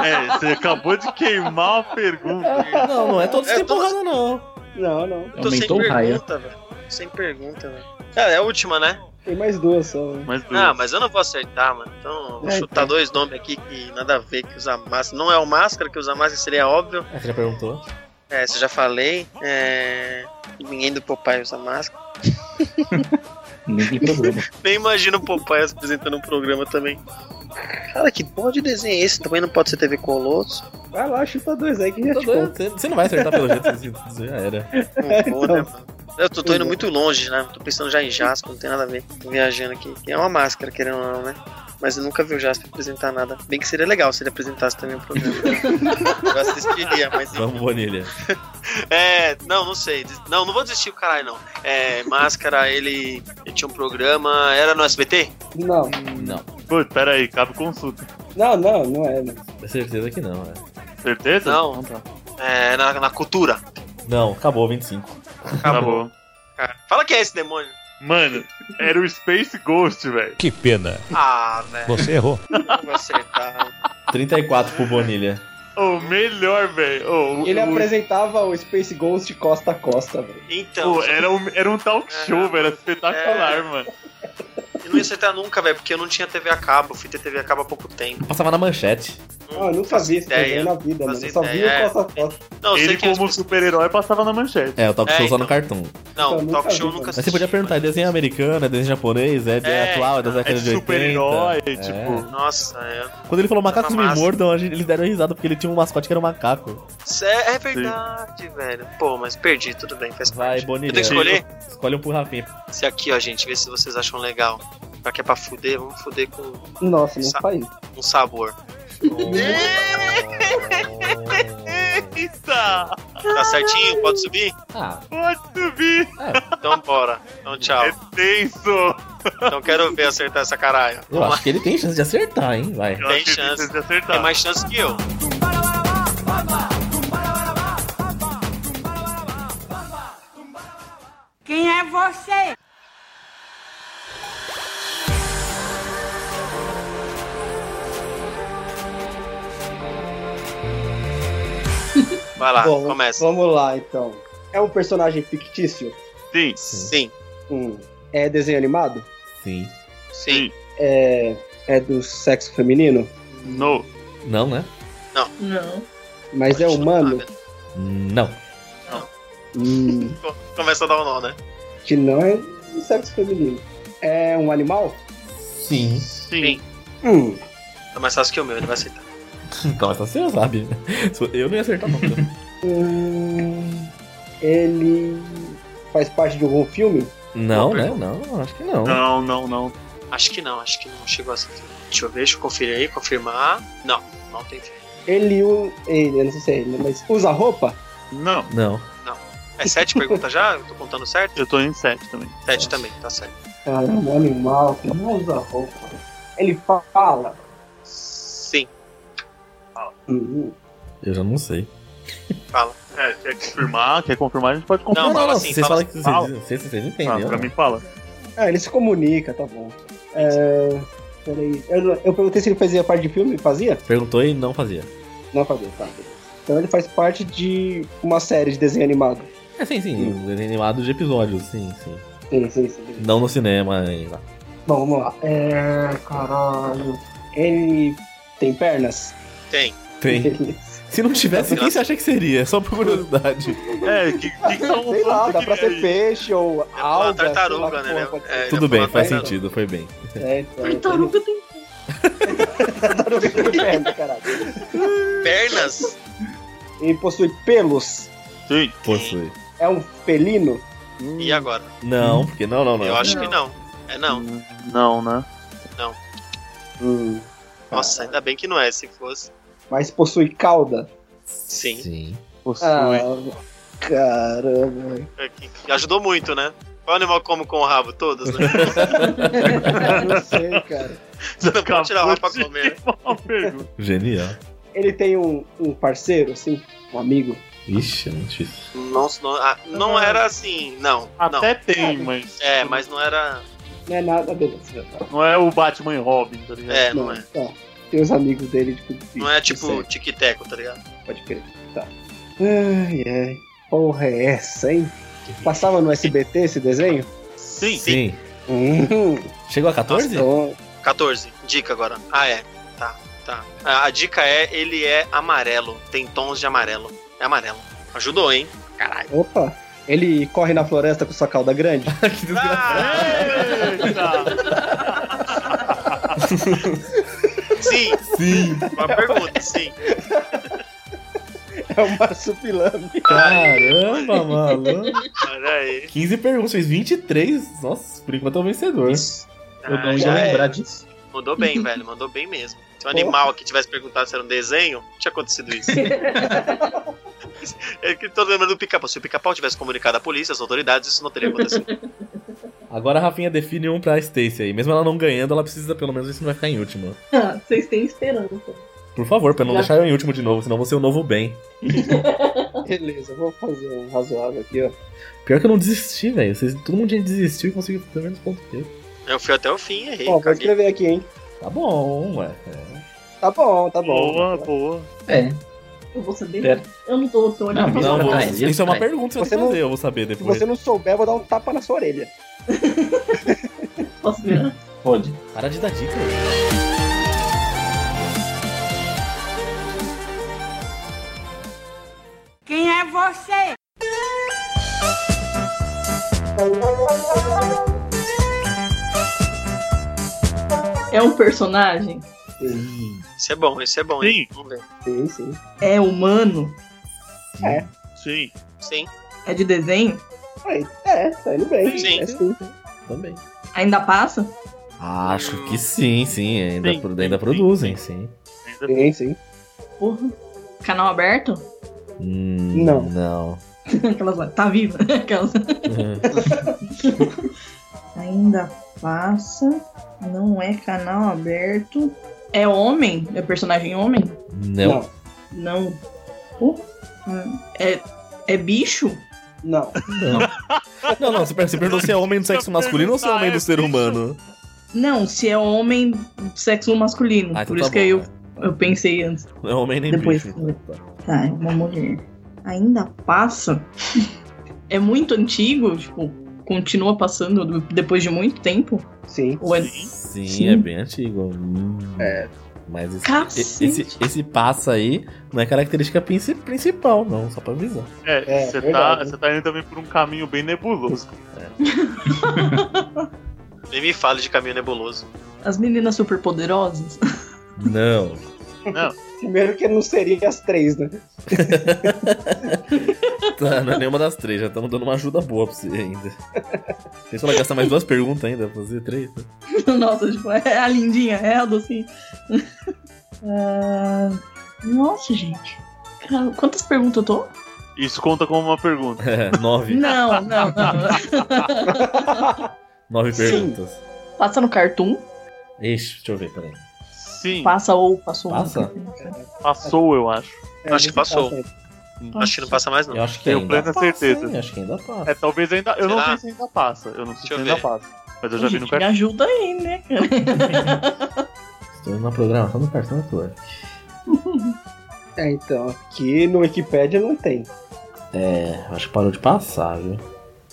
É, você acabou de queimar a pergunta. Não, não é todos É sem todos- porrada, não. Não, não. Eu tô sem pergunta, velho. Sem pergunta, velho. Ah, é a última, né? Tem mais duas só. Mas Ah, mas eu não vou acertar, mano. Então, eu vou É, chutar dois nomes aqui que nada a ver, que usa máscara. Não é o máscara, que usa máscara seria óbvio. Ah, Você já perguntou? É, isso eu já falei. É... Ninguém do Popeye usa máscara. Nem tem problema. Nem imagino o Popeye apresentando um programa também. Cara, que porra de desenho é esse? Também não pode ser TV Colosso. Vai lá, chuta dois aí que já Tô te doido, conto. Tipo, Você você não vai acertar pelo jeito, você já era. Não vou, né, Então. mano? Eu tô, tô indo muito longe, né? Tô pensando já em Jasper, não tem nada a ver. Tô viajando aqui. E É uma máscara, querendo ou não, né? Mas eu nunca vi o Jasper apresentar nada. Bem que seria legal se ele apresentasse também o programa. eu assistiria, mas Vamos, Bonilha. É, não, não sei. Des- Não, não vou desistir o caralho, não. É, Máscara, ele, ele tinha um programa. Era no SBT? Não, Não. Putz, peraí, cabe consulta. não, não, não é. Não. Tenho certeza que não, né? Certeza? Não. É, na, na cultura. Não, acabou, 25. Acabou. Cara, Fala quem é esse demônio. Tá Mano, era o Space Ghost, velho. Que pena. Ah, velho. Você errou. Não vou acertar. 34 pro Bonilha. O melhor, velho. Ô, o- Ele é. o- apresentava o Space Ghost costa a costa, velho. Então, Pô, era um, era um talk show, velho. Era espetacular, É. mano. eu não ia acertar nunca, velho, porque eu não tinha TV a cabo. Eu fui ter TV a cabo há pouco tempo. Passava na manchete. Ah, eu nunca faço vi esse ideia. desenho na vida, mano. Faço Eu só vi ideia. o costa a costa. Não, eu sei Ele, que. como super-herói, passava na manchete. É, o talk É, show só então. no cartão. Não, Nunca talk vi, show eu nunca mano. Mas Mas assisti. você podia perguntar, é desenho americano, é desenho japonês, é, É, é atual, é das então, É décadas de de 80. super-herói, É. tipo. Nossa, é. Quando ele falou macacos Tava me massa. mordam, a gente- eles deram risada porque ele tinha um mascote que era um macaco. Cê- É verdade, velho. Pô, mas perdi, tudo bem, faz Vai, parte. Bonilha. Eu tenho que escolher? Escolhe um pro Rafinha. Esse aqui, ó, gente, vê se vocês acham legal. Já que é pra fuder, vamos fuder com Nossa, não Sa- faz isso. um sabor. Eita! Tá certinho? Pode subir? Ah, Pode subir! Então bora. Então tchau. É tenso! Então quero ver acertar essa caralho. eu acho que tá. ele tem chance de acertar, hein? Vai. Eu Tem acho que chance. vocês acertaram. Tem mais chance que eu. Quem é você? Vai lá, Bom, tá, começa. Vamos lá, então. É um personagem fictício? Sim, Sim, Hum. É desenho animado? Sim. sim. É. É do sexo feminino? no. Não, né? Não. Mas é Pode humano? chutar, né? velho. Não. Hum, Começa a dar o nó, né? que não é do sexo feminino. É um animal? Sim. Sim. Hum. Tá mais fácil que o meu, ele vai acertar. Então, essa você já sabe. Eu não ia acertar nunca. Hum, Ele faz parte de algum filme? não, Boa né? Não, acho que não. Não, não, não. Acho que não, acho que não chegou a acertar. Deixa eu ver, deixa eu conferir aí, confirmar. Não, não tem fé. Ele, u- ele, eu não sei se é ele, mas usa roupa? Não. Não. É sete perguntas já? Eu tô contando certo? Eu tô em 7 também. Sete também, tá certo. Caramba, um animal que não usa roupa. Ele fa- fala. Sim. Hum, Eu já não sei. É, quer confirmar? Quer confirmar? A gente pode confirmar. Não, fala assim, vocês fala falam que vocês, fala. vocês, vocês Ah, entenderam. né? pra mim fala. Ah, ele se comunica, tá bom. É, peraí. Eu, não- eu perguntei se ele fazia parte de filme, fazia? Perguntou e não fazia. Não fazia, tá. beleza. Então ele faz parte de uma série de desenho animado. É, sim, sim. Hum. Um desenho animado de episódios, sim, sim. Sim, sim, sim. Não no cinema ainda. Bom, vamos lá. É, caralho. Ele tem pernas? Tem. Tem. Se não tivesse, quem Nossa. você acha que seria? Só por curiosidade. É, que, que, que são Sei os lá, outros dá que pra ser aí? peixe ou É alga. uma sei lá tartaruga, que né? porra pode É, ele ser. é Tudo bem, uma faz tartaruga. sentido, foi bem. É, então, ele- Tartaruga tem. tartaruga tem perna, é, né, caralho. Pernas? Ele possui pelos. Sim. Possui. É um felino? E agora? Não, porque não, não, não. Eu acho Não. que não. É não. Não, né? Hum. Nossa, ainda bem que não é. Se fosse. Mas possui cauda? Sim. Sim. Possui. Ah, caramba. É que- que É Ajudou muito, né? Qual animal come com o rabo? Todas, né? Não sei, cara. Você não pode tirar o rabo pra comer. né? Genial. Ele tem um, um parceiro, assim, um amigo. Ixi, é muito difícil. Não, não, ah, não era assim, não. Até não. tem, mas. É, mas não era. Não é nada, beleza. Não é o Batman e Robin, tá ligado? É, não é. Tá. Tem os amigos dele, tipo. de- Não é de tipo série. tic-teco, tá ligado? Pode crer. Tá. Ai, ai. Porra é essa, hein? Passava no SBT esse desenho? Sim. Sim. Hum. Chegou a é. 14? Então, 14. Dica agora. Ah, é. Tá, tá. A, a dica é: ele é amarelo. Tem tons de amarelo. É amarelo. Ajudou, hein? Caralho. opa. Ele corre na floresta com sua cauda grande? Ah, Sim, Sim. uma pergunta, sim. É o marsupilame. Caramba, maluco. Olha aí. 15 perguntas, fez 23. Nossa, por enquanto é o vencedor. Eu Ah, não já ia é. lembrar disso. Mandou bem, velho. Mandou bem mesmo. Se um animal aqui tivesse perguntado se era um desenho, não tinha acontecido isso. é que tô lembrando do pica-pau. Se o pica-pau tivesse comunicado à polícia, às autoridades, isso não teria acontecido. Agora a Rafinha define um pra Stacy aí. Mesmo ela não ganhando, ela precisa pelo menos ver se não vai ficar em último. Vocês têm esperança. Por favor, pra não Já. deixar eu em último de novo, senão eu vou ser o novo bem. Beleza, vou fazer um razoável aqui, ó. Pior que eu não desisti, velho. Vocês- Todo mundo já desistiu e conseguiu pelo menos ponto dele. Eu fui até o fim, errei. Ó, vou caguei. escrever aqui, hein? Tá bom, ué. É. Tá bom, tá bom. Boa, boa. É. Eu vou saber. Pera. Eu não tô, tô olhando Não, pra não, você. vou- Mas Isso é uma Peraí. pergunta que eu Você vou não- fazer, eu vou saber Se depois. você não souber, eu vou dar um tapa na sua orelha. Posso ver? Pode. Para de dar dica, velho. Quem é você? É um personagem? Isso é bom, isso é bom, hein? Vamos ver. Sim, sim. É humano? É, Sim. Sim. É de desenho? Aí, é, tá indo bem. Sim. É sim. Também. Ainda passa? Acho que sim, sim. Ainda, Sim, pro- ainda sim, produzem, sim. Sim, sim. Porra. Canal aberto? Hum, Não. Não. Aquelas lá. Tá viva? Aquelas. Ainda passa. Não é canal aberto. É homem? É personagem homem? não. Não. Pô, é, é bicho? Não. Não, não, você per- você perguntou se é homem do sexo masculino ou se é homem do ser humano? Não, se é homem, sexo masculino. Ah, então Por tá isso que bom, eu, né? eu pensei antes. Não é homem nem Depois. bicho. então. Tá, é uma mulher. Ainda passa? é muito antigo? Tipo, continua passando do- depois de muito tempo? Sim. Ou é... Sim, Sim. é bem antigo. Hum. É. Mas esse, Cacete. e- esse, esse passa aí não é característica princi- principal, não, só pra avisar. É, É, você tá, verdade. você tá indo também por um caminho bem nebuloso. Nem me fale de caminho nebuloso. As meninas superpoderosas? Não. Primeiro que não seria as três, né? Tá, não é nenhuma das três, já estamos dando uma ajuda boa pra você ainda. Tem só gastar mais duas perguntas ainda, pra fazer três. né? Nossa, tipo, é a lindinha, é a docinha. Ah, Nossa, gente. Cara, Quantas perguntas eu tô? Isso conta como uma pergunta. É, nove. Não, não, não. Nove Sim. perguntas. Passa no cartoon? Ixi, deixa eu ver, peraí. Sim, Passa ou passou? Passa? no cartoon. passou, eu acho. É, Acho que você passou. passa aí. Acho que não passa mais, não. Eu acho que Tenho ainda plena passa, certeza. hein, Acho que ainda passa. É, talvez ainda. Eu não Será? sei se ainda passa. Eu não sei Deixa eu se ainda ver. passa. Mas eu já vi no Gente, me cartão. ajuda aí, né? Estou na programação do Cartão Network. É, então, aqui no Wikipedia não tem. É, acho que parou de passar, viu?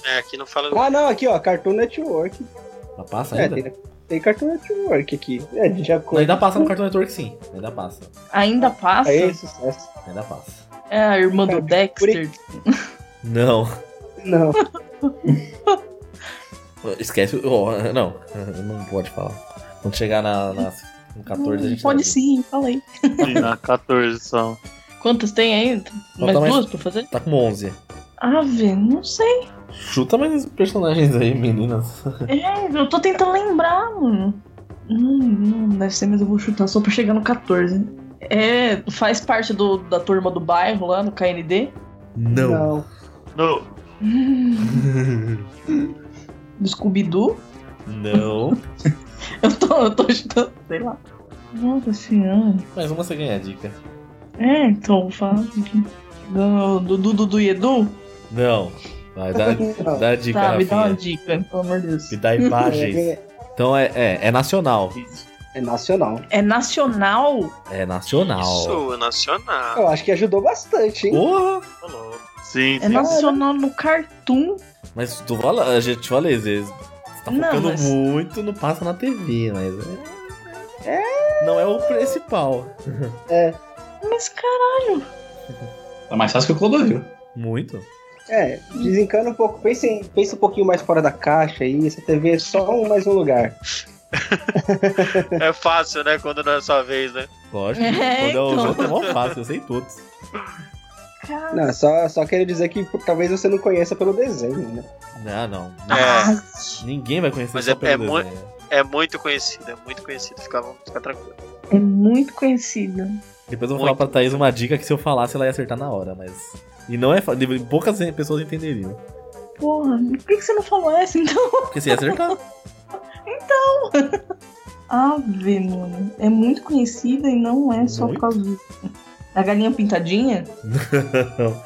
É, aqui não fala. Ah, não, aqui, ó, Cartoon Network. Mas passa É, ainda? tem, tem Cartoon Network aqui. É, de Não, acordo. ainda passa no Cartão Network, sim. Ainda passa. Ainda passa? Aí, sucesso. Ainda passa. É a irmã do Cara, Dexter. Não. Não. Esquece. o- ó, não, não pode falar. Quando chegar na, na, no 14, a gente. tá Hum, Pode vai ver. sim, falei. Sim, na 14 são. Quantas tem ainda? Mais mais- duas pra fazer? Tá com 11. Ave, não sei. Chuta mais esses personagens aí, meninas. É, eu tô tentando lembrar, mano. Não, não, deve ser, mas eu vou chutar só pra chegar no 14. É, faz parte do, da turma do bairro lá no KND? Não. No, Hum, Do Scooby-Doo. Não. Eu tô, eu tô chutando, sei lá. Nossa senhora. Mas uma você ganha a dica. É, então, fala aqui. Do do Dudu do Edu? Não. Vai, dá, dá a dica, Tá, me dá uma Rafinha. dica, pelo amor de Deus. Me dá imagens. Então é, é, é nacional. É nacional. É nacional? É nacional. Isso, nacional. Eu acho que ajudou bastante, hein? Porra! Sim, É nacional no Cartoon. Mas tu fala, a gente fala, às vezes. Você tá Não, focando mas- muito no passa na TV, mas. É... Não é o principal. É. Mas caralho. Tá mais fácil que o Clodovil. Muito? É, desencana um pouco. Pensa, em- pensa um pouquinho mais fora da caixa aí. Essa TV é só um- mais um lugar. É fácil, né? Quando não é sua vez, né? Lógico. É, Quando é os então. outros é mó fácil, eu sei todos. Não, só, só quero dizer que talvez você não conheça pelo desenho, né? Não, Ah, não. Ah. É. Ninguém vai conhecer Mas só é, pelo é, mu- desenho. é muito conhecido, é muito conhecido. Fica, fica tranquilo. É muito conhecido. Depois eu vou falar pra Thaís uma dica que se eu falasse ela ia acertar na hora, mas. E não é. fa- de- Poucas pessoas entenderiam. Porra, por que que você não falou essa então? Porque você ia acertar. Então. Ave, mano. É muito conhecida e não é só por causa disso. A galinha pintadinha?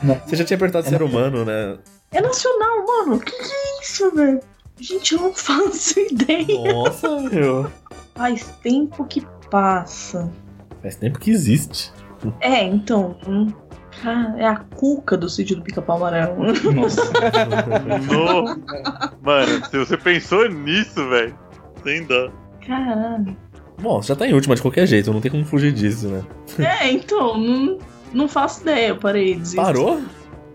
Não. Você já tinha apertado ser humano, né? É nacional, mano. Que que é isso, velho? Gente, eu não faço ideia. Nossa, meu. Faz tempo que passa. Faz tempo que existe. É, então. hum, ah, é a cuca do sítio do pica-pau amarelo. No... Mano, se você pensou nisso, velho, sem dó. Caralho. Bom, você já tá em última de qualquer jeito, não tem como fugir disso, né? É, então. Não, não faço ideia. Eu parei. Desisto. Parou?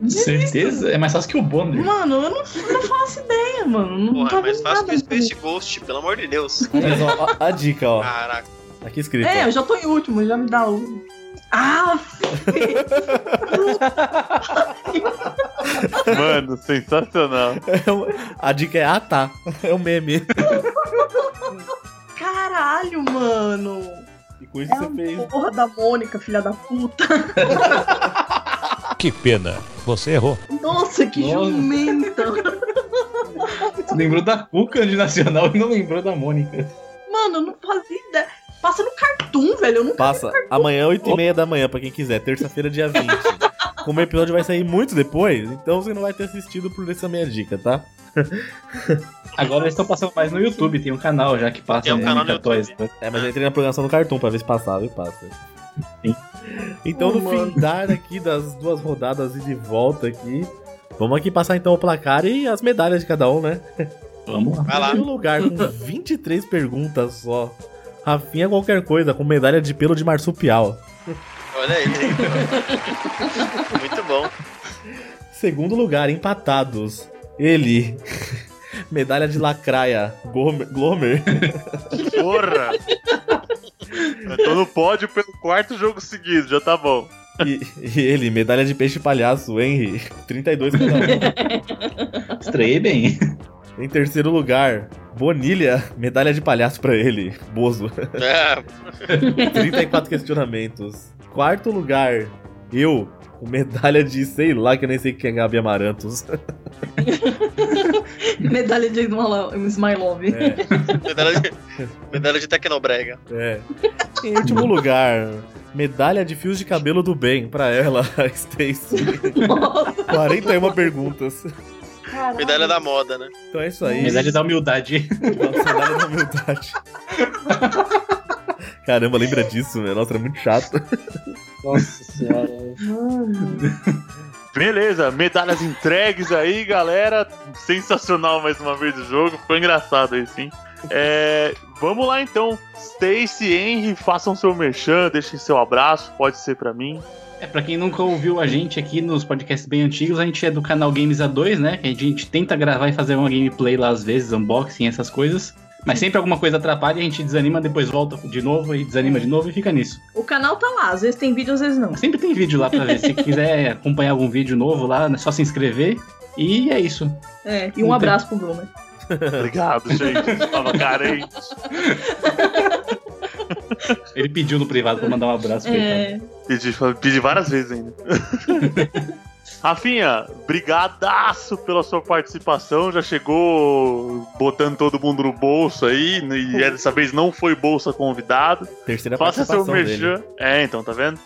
Certeza? É mais fácil que o Bonner. Mano, eu não, não faço ideia, mano. Não Porra, tá é mais vendo fácil nada. que o Space Ghost, pelo amor de Deus. Mas ó, a, a dica, ó. Caraca. Tá Aqui escrito. É, ó. eu já tô em último, já me dá o. Ah! Mano, sensacional. É um- a dica é, ah tá, é um meme. Caralho, mano! E com isso É a porra da Mônica, filha da puta. Que pena, você errou. Nossa, que Nossa. jumenta! Você lembrou da Cuca de Nacional e não lembrou da Mônica. Mano, eu não fazia ideia. Passa no cartoon, velho. Eu nunca Passa amanhã, 8h30 da manhã, pra quem quiser, terça-feira, dia 20. Como o episódio vai sair muito depois, então você não vai ter assistido por essa minha dica, tá? Agora eles estão passando mais no YouTube, tem um canal já que passa. Tem um né, canal no indicatórias. É, mas eu entrei na programação do Cartoon pra ver se passava e passa. Então, Oh, no mano. findar aqui das duas rodadas e de volta aqui, vamos aqui passar então o placar e as medalhas de cada um, né? Vamos lá. Vai lá. Primeiro lugar com 23 perguntas só. Rafinha qualquer coisa, com medalha de pelo de marsupial. Olha aí. Muito bom. Segundo lugar, empatados. Ele. Medalha de lacraia. Gomer. Glomer. Porra! Eu tô no pódio pelo quarto jogo seguido, já tá bom. E, e ele, medalha de peixe palhaço, Henry. 32 cada um. Estreiei bem. Em terceiro lugar, Bonilha. Medalha de palhaço pra ele. Bozo. É, 34 questionamentos. Quarto lugar, eu. com Medalha de sei lá, que eu nem sei quem é Gabi Amarantos. Medalha de Smile Smile Love. medalha, de, medalha de Tecnobrega. É. Em último lugar, medalha de fios de cabelo do bem pra ela, a Stacy. 41 perguntas. Medalha da moda, né? Então é isso aí. Medalha da humildade. medalha da humildade. Caramba, lembra disso, meu? Nossa, era muito chato. Nossa senhora. Beleza, medalhas entregues aí, galera. Sensacional mais uma vez o jogo. Ficou engraçado aí, sim. É, vamos lá então. Stacy, Henry, façam seu merchan, deixem seu abraço, pode ser pra mim. É, pra quem nunca ouviu a gente aqui nos podcasts bem antigos, a gente é do canal Games A2, né? Que a gente tenta gravar e fazer uma gameplay lá às vezes, unboxing, essas coisas. Mas sempre alguma coisa atrapalha, a gente desanima, depois volta de novo e desanima de novo e fica nisso. Então, O canal tá lá, às vezes tem vídeo, às vezes não. Sempre tem vídeo lá pra ver. Se quiser acompanhar algum vídeo novo lá, é só se inscrever. E é isso. É, e um abraço pro Bruno. Obrigado, gente. Tava carente. Ele pediu no privado pra mandar um abraço. É. Pedi, pedi várias vezes ainda. Rafinha, brigadaço pela sua participação. Já chegou botando todo mundo no bolso aí. E é dessa vez não foi bolsa convidado. Terceira Faça seu participação merchan. dele. É, então, tá vendo?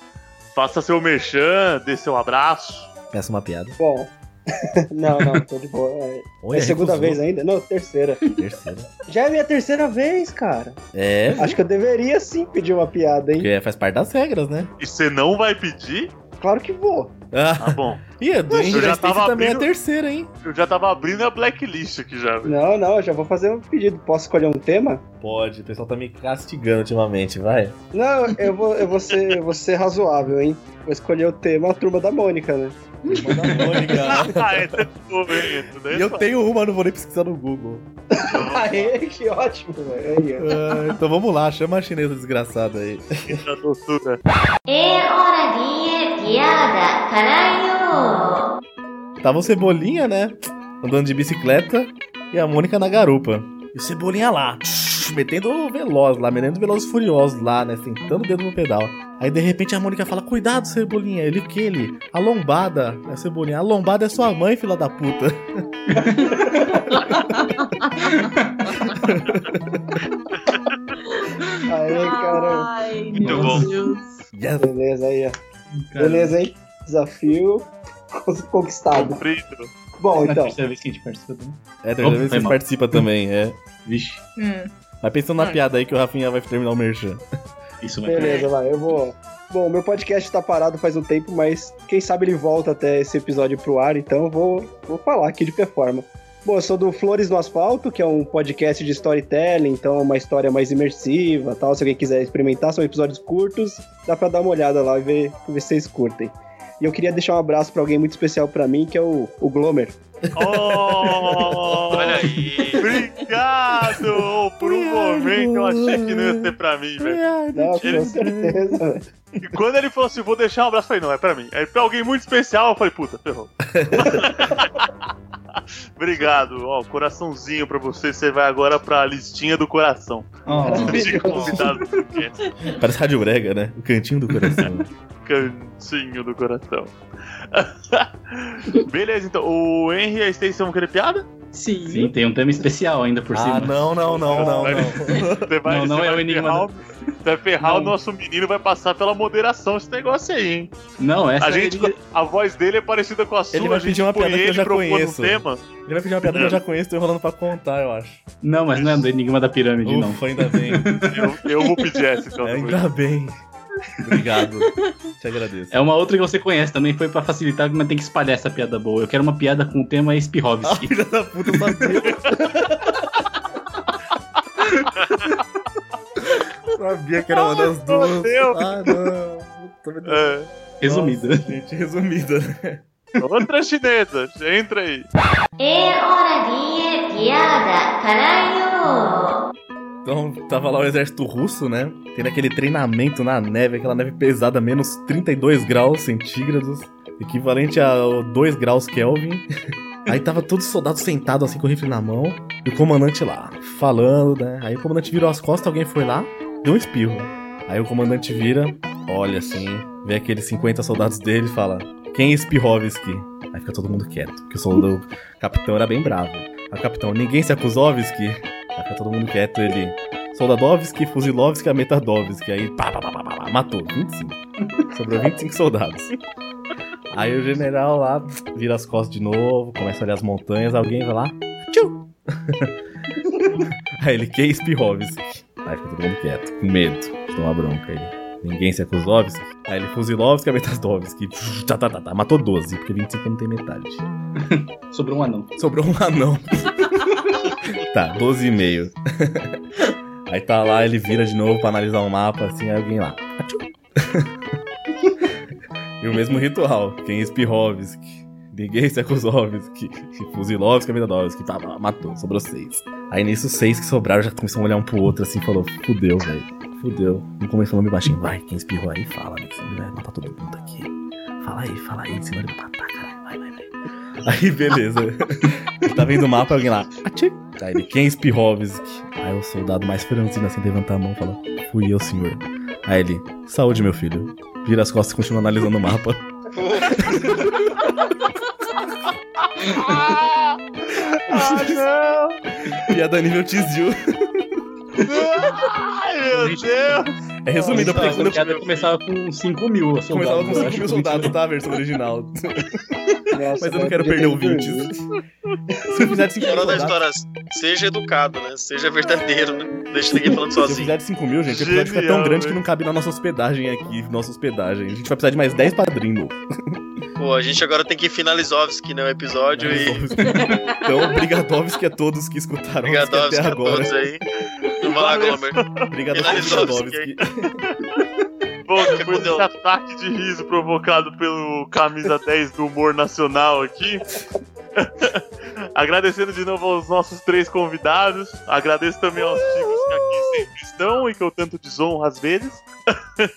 Faça seu merchan, dê seu abraço. Peça uma piada. Bom. não, não, tô de boa. É, Olha, é segunda recusou. vez ainda? Não, terceira. Terceira. Já é minha terceira vez, cara. É. Acho que eu deveria sim pedir uma piada, hein? Porque é, faz parte das regras, né? E você não vai pedir? Claro que vou. Tá bom. Ah, E a do Eu Henry já da Stacy tava também é abrindo- terceira, hein? Eu já tava abrindo a blacklist aqui já, velho. Não, não, eu já vou fazer um pedido. Posso escolher um tema? Pode, o pessoal tá me castigando ultimamente, vai. Não, eu vou, eu vou, ser, eu vou ser razoável, hein? Vou escolher o tema A Turma da Mônica, né? Ah, é, tá bom, hein, Ito, né? E eu tenho uma, não vou nem pesquisar no Google. Aê, que ótimo, velho. Aí, ó. Ah, então vamos lá, chama a chinesa desgraçada aí. Da doçura. É hora de piada, caralho! Tava o Cebolinha, né? Andando de bicicleta e a Mônica na garupa. E o Cebolinha lá, metendo o veloz lá, metendo velozes furiosos lá, né? Sentando o dedo no pedal. Aí de repente a Mônica fala: Cuidado, Cebolinha. Ele, o que ele? A lombada. Aí o Cebolinha, a lombada é sua mãe, fila da puta. Aê, cara. Ai, Muito meu bom. Deus. Yes. Beleza, aí, ó. Beleza, hein? Desafio conquistado. Cumprido. Bom, É a então. terceira vez que a gente participa também. É, a Opa, terceira vez que foi você mal. participa também, é. Vixe, Vai pensando na Ai. piada aí que o Rafinha vai terminar o merchan. isso vai Beleza, vai, eu vou. Bom, meu podcast tá parado faz um tempo, mas quem sabe ele volta até esse episódio pro ar, então eu vou, vou falar aqui de qualquer forma. Bom, eu sou do Flores no Asfalto, que é um podcast de storytelling, então é uma história mais imersiva tal. Se alguém quiser experimentar, são episódios curtos, dá pra dar uma olhada lá e ver, ver se vocês curtem. E eu queria deixar um abraço pra alguém muito especial pra mim, que é o, o Glomer. Oh, Olha aí. Obrigado! Ô, Por um momento eu achei que não ia ser pra mim, velho. Não, Ele- com certeza. E quando ele falou assim, vou deixar um abraço, eu falei, não, é pra mim. Aí pra alguém muito especial, eu falei, puta, ferrou. Obrigado, ó, coraçãozinho pra você. Você vai agora pra listinha do coração. Ah, De convidado do podcast. Parece Rádio Brega, né? O cantinho do coração. Cantinho do coração. Beleza, então. O Henry e a Stacy vão querer piada? Sim. Sim, tem um tema especial ainda por ah, cima. não, não, não, não, Vai- não. Você vai, Não, não você é vai o enigma né? ferrar da- o- Você vai ferrar o Não. nosso menino, vai passar pela moderação esse negócio aí, hein? Não, essa é A, gente, seria- a voz dele é parecida com a sua. Ele vai a gente pedir uma põe piada que eu ele já propondo um conheço. tema. Ele vai pedir uma piada que eu já conheço, tô enrolando pra contar, eu acho. Não, mas não é do Enigma da Pirâmide, não. Ufa, ainda bem. Eu, eu vou pedir essa, então. É, ainda bem. Obrigado. Te agradeço. É uma outra que você conhece também, foi pra facilitar, mas tem que espalhar essa piada boa. Eu quero uma piada com o tema Ah, Spirovski. filha da puta, eu um- sabia. sabia que era uma das Meu duas. Deus. Ah, não. Puta, meu Deus. É. Resumida. Nossa, gente, resumida, né? Outra chinesa, entra aí. É hora de piada, caralho! Então, tava lá o exército russo, né? Tendo aquele treinamento na neve, aquela neve pesada, menos 32 graus centígrados, equivalente a 2 graus Kelvin. Aí tava todo soldado sentado assim com o rifle na mão, e o comandante lá, falando, né? Aí o comandante virou as costas, alguém foi lá, deu um espirro. Aí o comandante vira, olha assim, vê aqueles 50 soldados dele e fala: Quem é Spirovski? Aí fica todo mundo quieto, porque o soldado, o capitão era bem bravo. Aí o capitão, ninguém se acusovski? Aí fica todo mundo quieto, ele. Soldadovski, Fuzilovski, Ametadovski. Aí pá, pá, pá, pá, pá, pá, matou 25. Sobrou 25 soldados. Aí o general lá vira as costas de novo, começa a olhar as montanhas, alguém vai lá. Tchum! Aí ele, que Spirovski? Aí fica todo mundo quieto, com medo de tomar bronca aí. Ninguém se acusovski. Aí ele, Fuzilovski, Ametadovski. Tá, tá, tá, tá. Matou 12, porque 25 não tem metade. Sobrou um anão. Sobrou um anão. tá, 12 e meio. aí tá lá, ele vira de novo pra analisar o mapa, assim, aí alguém lá. Atchum. e o mesmo ritual. Quem Spirovski, Ninguém Sekuzovski, Fuzilovski, Amidadovski, tá, tá, matou, sobrou seis. Aí nisso, seis que sobraram já começaram a olhar um pro outro assim e falou: fudeu, velho, fudeu. Um começou a nome baixinho, vai, quem espirrou aí, fala, né, que senão ele vai matar todo mundo aqui. Fala aí, fala aí, senão ele vai matar, caralho, vai, vai, vai. Aí, beleza. Ele tá vendo o mapa alguém lá. "Atchim." Aí ele, quem é Spirovski? Aí o soldado mais franzino assim levanta a mão e fala: Fui eu, senhor. Aí ele, saúde, meu filho. Vira as costas e continua analisando o mapa. Ah, ah Piada nível Tizil. não! Ai, meu Deus! É resumida, porque quando eu- eu começava com 5 mil soldados. Começava com eu 5 acho mil que soldados, tá? A versão original. Mas eu não quero perder ouvintes. Se eu fizer de 5 mil Moral da soldados. história, seja educado, né? Seja verdadeiro, né? Deixa ninguém falando Se eu sozinho. fizer de 5 mil, gente, o episódio fica Genial, tão grande que velho. não cabe na nossa hospedagem aqui, nossa hospedagem. A gente vai precisar de mais 10 padrinhos. Pô, a gente agora tem que finalizar que né, o episódio e Então, Brigadovski a todos que escutaram isso aqui Brigadovski é até a agora. todos aí. Turma lá, Glomer. Brigadovski. é Bom, depois desse ataque de riso provocado pelo camisa 10 do humor nacional aqui. Agradecendo de novo aos nossos três convidados. Agradeço também aos tigres que aqui sempre estão e que eu tanto desonro às vezes.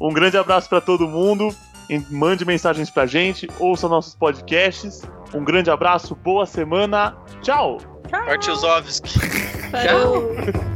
um grande abraço pra todo mundo. E Mande mensagens pra gente, ouça nossos podcasts. Um grande abraço, boa semana. Tchau! Partiu Zovski. Tchau.